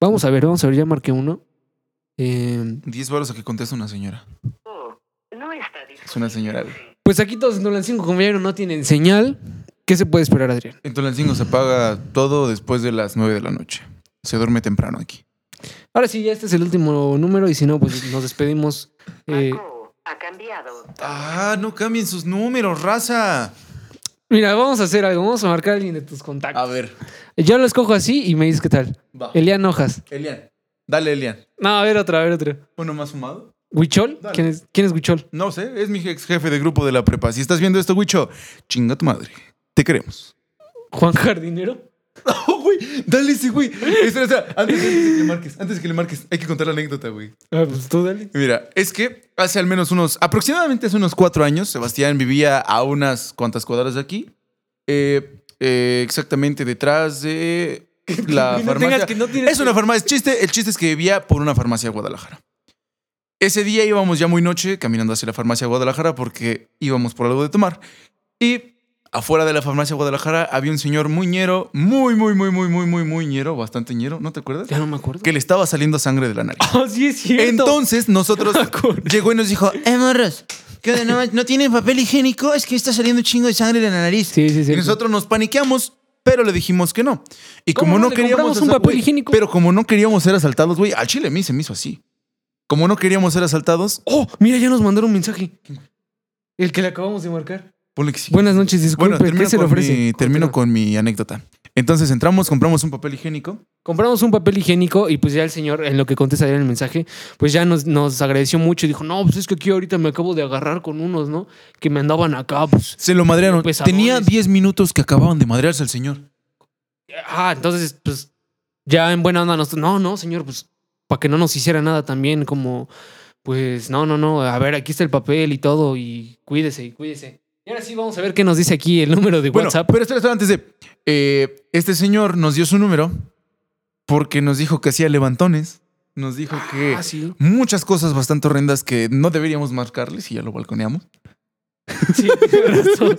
Speaker 1: vamos a ver, vamos a ver, ya marqué uno. Eh,
Speaker 2: 10 baros a que conteste una señora.
Speaker 5: Oh, no está disponible.
Speaker 2: Es una señora. güey.
Speaker 1: pues aquí todos en Tulancingo, como vieron, no tienen señal. ¿Qué se puede esperar, Adrián?
Speaker 2: En Tulancingo se apaga todo después de las 9 de la noche. Se duerme temprano aquí.
Speaker 1: Ahora sí, ya este es el último número y si no, pues nos despedimos. eh,
Speaker 5: Marcó, ha cambiado.
Speaker 2: Ah, no cambien sus números, raza.
Speaker 1: Mira, vamos a hacer algo. Vamos a marcar a alguien de tus contactos.
Speaker 2: A ver,
Speaker 1: Yo lo escojo así y me dices qué tal.
Speaker 2: va.
Speaker 1: Elian Hojas.
Speaker 2: Elian. Dale, Elian.
Speaker 1: No, a ver otra, a ver otra.
Speaker 2: ¿Uno más fumado?
Speaker 1: ¿Huichol?
Speaker 2: Dale.
Speaker 1: ¿Quién es, ¿Quién es Huichol?
Speaker 2: No sé, es mi ex jefe de grupo de la prepa. Si estás viendo esto, Wicho, chinga tu madre. Te queremos.
Speaker 1: ¿Juan Jardinero?
Speaker 2: Oh, güey, dale ese güey. Espera, espera, antes, antes de que le marques, antes de que le marques, hay que contar la anécdota, güey.
Speaker 1: Ah, pues tú dale.
Speaker 2: Mira, es que hace al menos unos, aproximadamente hace unos cuatro años, Sebastián vivía a unas cuantas cuadras de aquí. Eh, eh, exactamente detrás de la
Speaker 1: Que no
Speaker 2: farmacia.
Speaker 1: tengas que- no tienes
Speaker 2: es una
Speaker 1: que-
Speaker 2: farmacia, el chiste, el chiste es que vivía por una farmacia de Guadalajara. Ese día íbamos ya muy noche caminando hacia la farmacia de Guadalajara porque íbamos por algo de tomar. Y afuera de la farmacia de Guadalajara había un señor muy ñero, muy, muy, muy, muy, muy, muy, muy ñero, bastante ñero, ¿no te acuerdas?
Speaker 1: Ya no me acuerdo.
Speaker 2: Que le estaba saliendo sangre de la nariz.
Speaker 1: Oh, sí es cierto.
Speaker 2: Entonces nosotros
Speaker 1: acuerdo.
Speaker 2: llegó y nos dijo, eh, morros, ¿qué onda? ¿No, no tienen papel higiénico? Es que está saliendo un chingo de sangre de la nariz.
Speaker 1: Sí, sí, sí.
Speaker 2: Y nosotros nos paniqueamos, pero le dijimos que no. Y
Speaker 1: ¿Cómo
Speaker 2: como
Speaker 1: no?
Speaker 2: no
Speaker 1: Le
Speaker 2: queríamos...
Speaker 1: compramos un
Speaker 2: asa-
Speaker 1: papel
Speaker 2: güey,
Speaker 1: higiénico.
Speaker 2: Pero como no queríamos ser asaltados, güey, al chile a mí se me hizo así. Como no queríamos ser asaltados,
Speaker 1: Oh, mira, ya nos mandaron un mensaje. El que le acabamos de marcar.
Speaker 2: ponle que sí.
Speaker 1: Buenas noches, disculpe.
Speaker 2: Bueno, termino,
Speaker 1: ¿Qué se le
Speaker 2: con
Speaker 1: ofrece?
Speaker 2: mi, termino con mi anécdota. Entonces entramos, compramos un papel higiénico.
Speaker 1: Compramos un papel higiénico y pues ya el señor, en lo que contesta ya en el mensaje, pues ya nos, nos agradeció mucho y dijo, no, pues es que aquí ahorita me acabo de agarrar con unos, ¿no? Que me andaban acá, pues.
Speaker 2: Se lo madrearon.
Speaker 1: Pesadones.
Speaker 2: Tenía 10 minutos que acababan de madrearse al señor.
Speaker 1: Ah, entonces, pues ya en buena onda nos... No, no, señor, pues para que no nos hiciera nada también, como, pues, no, no, no, a ver, aquí está el papel y todo y cuídese y cuídese. Y ahora sí vamos a ver qué nos dice aquí el número de
Speaker 2: Bueno,
Speaker 1: WhatsApp.
Speaker 2: pero espera, espera, antes de. eh, este señor nos dio su número porque nos dijo que hacía levantones. nos dijo que
Speaker 1: Ah, sí.
Speaker 2: muchas cosas bastante horrendas que no deberíamos marcarles y ya lo balconeamos.
Speaker 1: Sí, tienes razón.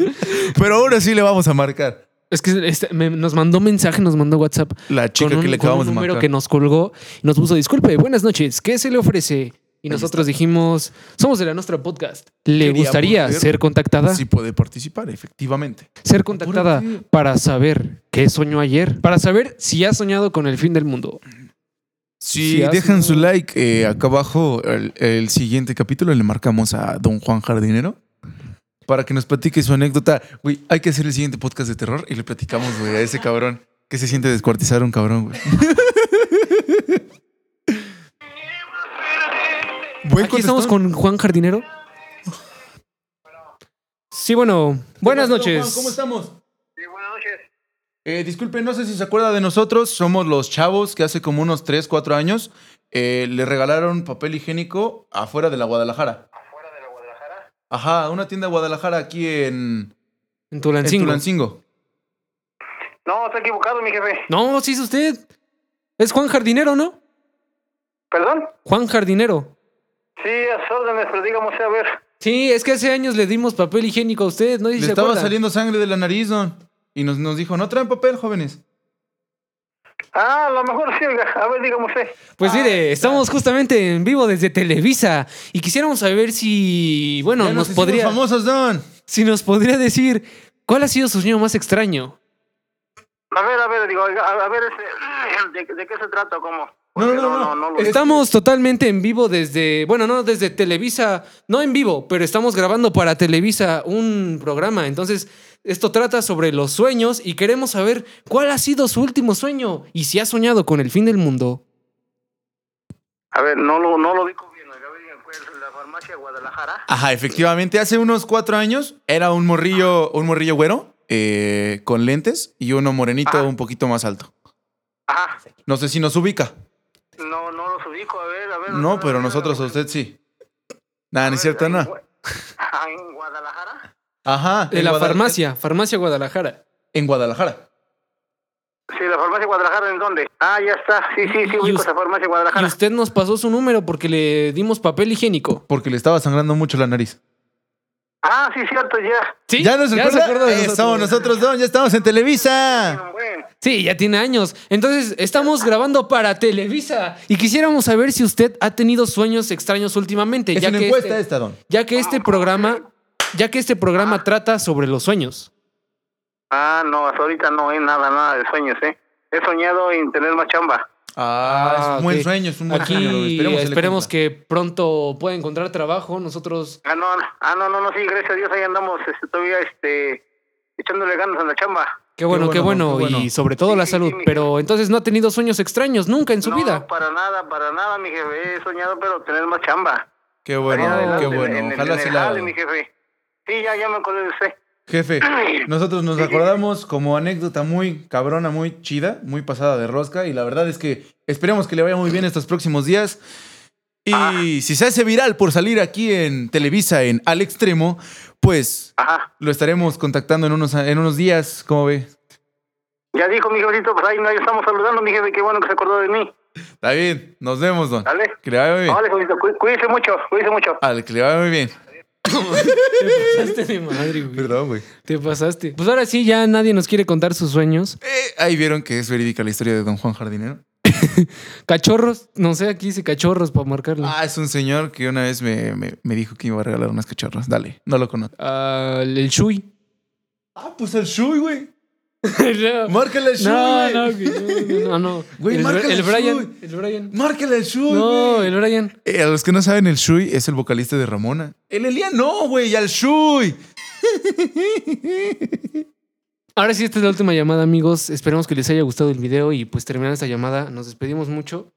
Speaker 2: Pero ahora sí le vamos a marcar.
Speaker 1: Es que este, me- nos mandó mensaje, nos mandó WhatsApp
Speaker 2: La chica
Speaker 1: con un,
Speaker 2: que le
Speaker 1: con un
Speaker 2: acabamos de
Speaker 1: número
Speaker 2: marcar.
Speaker 1: que nos colgó y nos puso disculpe, buenas noches, ¿qué se le ofrece? Y nosotros dijimos, somos de la nuestra podcast. ¿Le
Speaker 2: Queríamos
Speaker 1: gustaría
Speaker 2: ver
Speaker 1: ser contactada?
Speaker 2: Sí puede participar, efectivamente.
Speaker 1: Ser contactada
Speaker 2: Apúrate.
Speaker 1: para saber qué soñó ayer, para saber si ha soñado con el fin del mundo.
Speaker 2: Si
Speaker 1: Si has-
Speaker 2: dejan su like eh, acá abajo, el, el siguiente capítulo le marcamos a Don Juan Jardinero para que nos platique su anécdota. Güey, hay que hacer el siguiente podcast de terror y le platicamos, güey, a ese cabrón que se siente descuartizar a un cabrón, güey. Buen
Speaker 1: Aquí estamos
Speaker 2: contestón.
Speaker 1: con Juan Jardinero. Sí, bueno, buenas noches.
Speaker 2: ¿Cómo estamos?
Speaker 3: Sí, buenas noches.
Speaker 2: Eh, disculpen, no sé si se acuerda de nosotros. Somos los chavos que hace como unos 3, 4 años eh, le regalaron papel higiénico afuera de la Guadalajara.
Speaker 3: ¿Fuera de la Guadalajara?
Speaker 2: Ajá, una tienda de Guadalajara aquí en,
Speaker 1: En
Speaker 2: en
Speaker 1: Tulancingo.
Speaker 2: Tulancingo.
Speaker 3: No, está equivocado, mi jefe.
Speaker 1: No, sí es usted. Es Juan Jardinero, ¿no?
Speaker 3: ¿Perdón?
Speaker 1: Juan Jardinero.
Speaker 3: Sí, a sus órdenes, pero digamos, a ver.
Speaker 1: Sí, es que hace años le dimos papel higiénico a usted, ¿no? Y
Speaker 2: Le
Speaker 1: se
Speaker 2: estaba
Speaker 1: acuerda.
Speaker 2: saliendo sangre de la nariz, don. Y nos, nos dijo, no traen papel, jóvenes.
Speaker 3: Ah, a lo mejor sí, oiga. A ver, digamos, eh.
Speaker 1: Pues
Speaker 2: Ah,
Speaker 1: mire, estamos justamente en vivo desde Televisa y quisiéramos saber si, bueno,
Speaker 2: Ya
Speaker 1: nos,
Speaker 2: hicimos
Speaker 1: podría,
Speaker 2: famosos, don.
Speaker 1: si nos podría decir cuál ha sido su sueño más extraño.
Speaker 3: A ver, a ver, digo, oiga, a a ver, ese, ¿de, de qué se trata o cómo?
Speaker 2: No, no, no,
Speaker 3: Porque
Speaker 2: no.
Speaker 3: lo-
Speaker 2: Es-
Speaker 1: Estamos totalmente en vivo desde, bueno, no desde Televisa, no en vivo, pero estamos grabando para Televisa un programa. Entonces, esto trata sobre los sueños y queremos saber cuál ha sido su último sueño y si ha soñado con el fin del mundo.
Speaker 3: A ver, no lo, no lo ubico bien, oiga, a ver, pues, la farmacia de Guadalajara.
Speaker 2: Ajá, efectivamente, hace unos cuatro años era un morrillo, un morrillo güero eh, con lentes y uno morenito
Speaker 3: Ajá.
Speaker 2: un poquito más alto.
Speaker 3: Ajá.
Speaker 2: No sé si nos ubica.
Speaker 3: No, no los ubico, a ver, a ver.
Speaker 2: No, pero
Speaker 3: a ver,
Speaker 2: nosotros a
Speaker 3: a ver.
Speaker 2: usted sí. Nada, no es cierto,
Speaker 3: ¿En
Speaker 2: no.
Speaker 3: Gua- ah, ¿En Guadalajara?
Speaker 2: Ajá.
Speaker 1: De
Speaker 2: en
Speaker 1: la
Speaker 2: Guadal-
Speaker 1: farmacia, Farmacia Guadalajara.
Speaker 2: En Guadalajara.
Speaker 3: Sí, la farmacia de Guadalajara, ¿en dónde? Ah, ya está. Sí, sí, sí,
Speaker 1: Y
Speaker 3: ubico
Speaker 1: us-
Speaker 3: esa farmacia de
Speaker 1: Y
Speaker 3: Guadalajara.
Speaker 1: usted nos pasó su número porque le dimos papel higiénico.
Speaker 2: Porque le estaba sangrando mucho la nariz.
Speaker 3: Ah, sí, cierto, ya.
Speaker 1: ¿Sí?
Speaker 2: ¿Ya nos recuerda?
Speaker 1: se acuerda de
Speaker 2: Eh,
Speaker 1: nosotros.
Speaker 2: Somos nosotros dos, ya estamos en Televisa.
Speaker 3: Bueno,
Speaker 1: Sí, ya tiene años. Entonces, estamos grabando para Televisa y quisiéramos saber si usted ha tenido sueños extraños últimamente,
Speaker 2: Es
Speaker 1: ya
Speaker 2: una
Speaker 1: que
Speaker 2: encuesta
Speaker 1: este-
Speaker 2: esta, don.
Speaker 1: ya que este programa, ya que este programa trata sobre los sueños.
Speaker 3: Ah, no, hasta ahorita no es nada, nada de sueños, ¿eh? He soñado en tener más chamba.
Speaker 2: Ah, es un buen
Speaker 1: ok.
Speaker 2: sueño, es un buen
Speaker 1: Aquí
Speaker 2: sueño. don.
Speaker 1: esperemos,
Speaker 2: se le cumpla.
Speaker 1: que pronto pueda encontrar trabajo. Nosotros
Speaker 3: Ah, no, no. ah, no, no, no, sí, gracias a Dios, ahí andamos este, todavía este, echándole ganas a la chamba.
Speaker 1: Qué bueno, qué bueno,
Speaker 2: bueno, qué bueno.
Speaker 1: y sobre todo
Speaker 3: Sí,
Speaker 1: la
Speaker 3: sí,
Speaker 1: salud.
Speaker 3: sí, mi-
Speaker 1: Pero entonces no ha tenido sueños extraños nunca en su
Speaker 3: no,
Speaker 1: vida.
Speaker 3: No, para nada, para nada, mi jefe. He soñado, pero tener más chamba.
Speaker 2: Qué
Speaker 3: Ahí
Speaker 2: bueno,
Speaker 3: adelante,
Speaker 2: qué
Speaker 3: en- en
Speaker 2: bueno.
Speaker 3: el-
Speaker 2: Ojalá
Speaker 3: en
Speaker 2: sí
Speaker 3: el
Speaker 2: la.
Speaker 3: jale, mi jefe. Sí, ya, ya me acordé de usted.
Speaker 2: Jefe, nosotros nos
Speaker 3: Sí, sí, sí.
Speaker 2: acordamos como anécdota muy cabrona, muy chida, muy pasada de rosca. Y la verdad es que esperemos que le vaya muy bien estos próximos días. Y
Speaker 3: Ah.
Speaker 2: si se hace viral por salir aquí en Televisa, en Al Extremo, pues
Speaker 3: Ajá.
Speaker 2: lo estaremos contactando en unos, en unos días. ¿Cómo ve?
Speaker 3: Ya dijo mi jefecito, pues ahí no, ya estamos saludando, mi jefe. Qué bueno que se acordó de mí.
Speaker 2: Está bien, nos vemos, don.
Speaker 3: Dale.
Speaker 2: Que le vaya muy bien.
Speaker 3: Vale, jefecito, cu- cuídese mucho, cuídese mucho.
Speaker 2: Al que le vaya muy bien. pues,
Speaker 1: Te pasaste de madre, güey.
Speaker 2: Perdón, güey.
Speaker 1: Te pasaste. Pues ahora sí, ya nadie nos quiere contar sus sueños.
Speaker 2: Eh, ahí vieron que es verídica la historia de don Juan Jardinero.
Speaker 1: Cachorros, no sé, aquí dice cachorros para marcarlo.
Speaker 2: Ah, es un señor que una vez me, me- me dijo que iba a regalar unas cachorras. Dale, no lo conozco.
Speaker 1: Ah, el Shui.
Speaker 2: Ah, pues el Shui, güey.
Speaker 1: no, no,
Speaker 2: Márcale el Shui,
Speaker 1: no,
Speaker 2: güey.
Speaker 1: güey, no, no, no.
Speaker 2: Güey,
Speaker 1: el,
Speaker 2: márcale
Speaker 1: el
Speaker 2: al
Speaker 1: Brian,
Speaker 2: Shui.
Speaker 1: el Brian.
Speaker 2: Márcale el Shui,
Speaker 1: No,
Speaker 2: güey.
Speaker 1: el Brian.
Speaker 2: Eh, a los que no saben, el Shui es el vocalista de Ramona. El Elian no, güey, al Shui.
Speaker 1: Ahora sí, esta es la última llamada, amigos. Esperemos que les haya gustado el video y pues terminando esta llamada, nos despedimos mucho.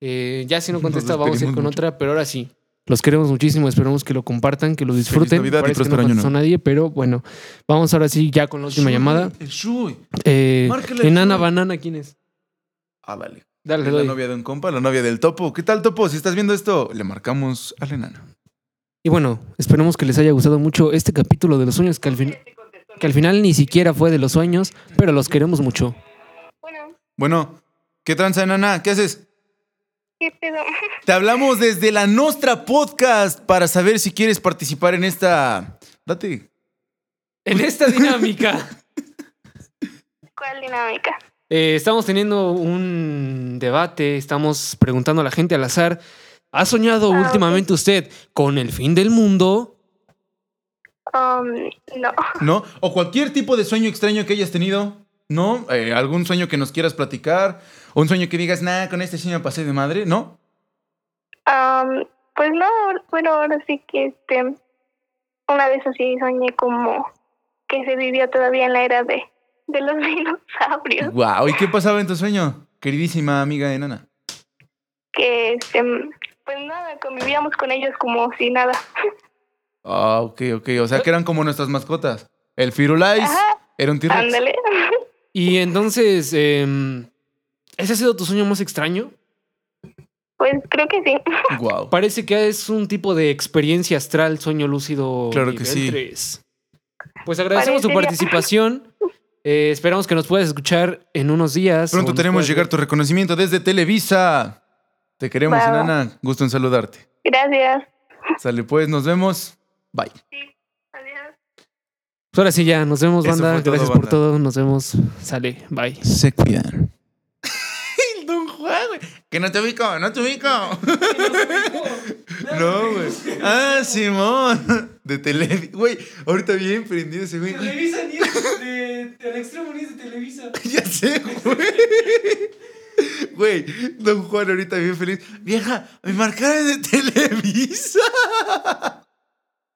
Speaker 1: Eh, ya si no
Speaker 2: Nos
Speaker 1: contesta, vamos a ir
Speaker 2: despedimos
Speaker 1: con
Speaker 2: mucho.
Speaker 1: otra, pero ahora sí. Los queremos muchísimo, esperemos que lo compartan, que lo disfruten.
Speaker 2: Navidad y
Speaker 1: Parece que no
Speaker 2: próspero año
Speaker 1: contestó nadie, pero bueno, vamos ahora sí ya con la última
Speaker 2: Shui,
Speaker 1: llamada.
Speaker 2: El Shui.
Speaker 1: Eh,
Speaker 2: Márcale al
Speaker 1: enana
Speaker 2: Shui.
Speaker 1: Banana, ¿quién es?
Speaker 2: Ah, dale.
Speaker 1: Dale,
Speaker 2: Es
Speaker 1: doy.
Speaker 2: la novia de un compa, la novia del topo. ¿Qué tal, topo? Si estás viendo esto, le marcamos al enano.
Speaker 1: Y bueno, esperemos que les haya gustado mucho este capítulo de los sueños, que al, fin- que al final ni siquiera fue de los sueños, pero los queremos mucho.
Speaker 2: Bueno, ¿qué tranza, enana? ¿Qué haces?
Speaker 4: ¿Qué pedo?
Speaker 2: Te hablamos desde la Nostra Podcast para saber si quieres participar en esta. Date.
Speaker 1: En esta dinámica
Speaker 4: ¿Cuál dinámica?
Speaker 1: eh, estamos teniendo un debate, estamos preguntando a la gente al azar. ¿Ha soñado
Speaker 4: Ah,
Speaker 1: últimamente usted con el fin del mundo?
Speaker 4: Um, no.
Speaker 2: ¿No? O cualquier tipo de sueño extraño que hayas tenido. ¿No? Eh, algún sueño que nos quieras platicar. O un sueño que digas, nah, con este sueño pasé de madre. ¿No?
Speaker 4: Um, pues no, bueno, ahora sí que este. Una vez así soñé como que se vivía todavía en la era de, de los dinosaurios.
Speaker 2: Wow. ¿Y qué pasaba en tu sueño, queridísima amiga enana?
Speaker 4: Que este. Pues nada, convivíamos con ellos como si nada.
Speaker 2: Ah, ok, ok. O sea que eran como nuestras mascotas. El Firulais
Speaker 4: Ajá.
Speaker 2: era un T-Rex.
Speaker 4: Ándale.
Speaker 1: Y entonces, em, ¿ese ha sido tu sueño más extraño?
Speaker 4: Pues creo que sí.
Speaker 2: Wow.
Speaker 1: Parece que es un tipo de experiencia astral, sueño lúcido.
Speaker 2: Claro
Speaker 1: nivel
Speaker 2: que sí.
Speaker 1: 3. Pues agradecemos tu
Speaker 4: Parecería.
Speaker 1: participación. Eh, esperamos que nos puedas escuchar en unos días. o
Speaker 2: Pronto
Speaker 1: nos
Speaker 2: tenemos
Speaker 1: puedas
Speaker 2: llegar
Speaker 1: ver.
Speaker 2: tu reconocimiento desde Televisa. Te queremos,
Speaker 4: Wow.
Speaker 2: enana. Gusto en saludarte.
Speaker 4: Gracias.
Speaker 2: Sale pues, nos vemos. Bye.
Speaker 4: Adiós.
Speaker 1: Pues ahora sí, ya. Nos vemos,
Speaker 2: Eso
Speaker 1: banda.
Speaker 2: fue todo,
Speaker 1: Gracias por
Speaker 2: banda.
Speaker 1: todo. Nos vemos. Sale. Bye.
Speaker 2: Se cuidan. El Don Juan, güey. Que no te ubico, no te ubico. no, güey. Ah, Simón. De Televisa. Güey, ahorita bien prendido ese güey.
Speaker 1: Televisa de, Extremo de Televisa.
Speaker 2: Ya sé, güey. Güey, Don Juan ahorita bien feliz. Vieja, me marcaron de Televisa.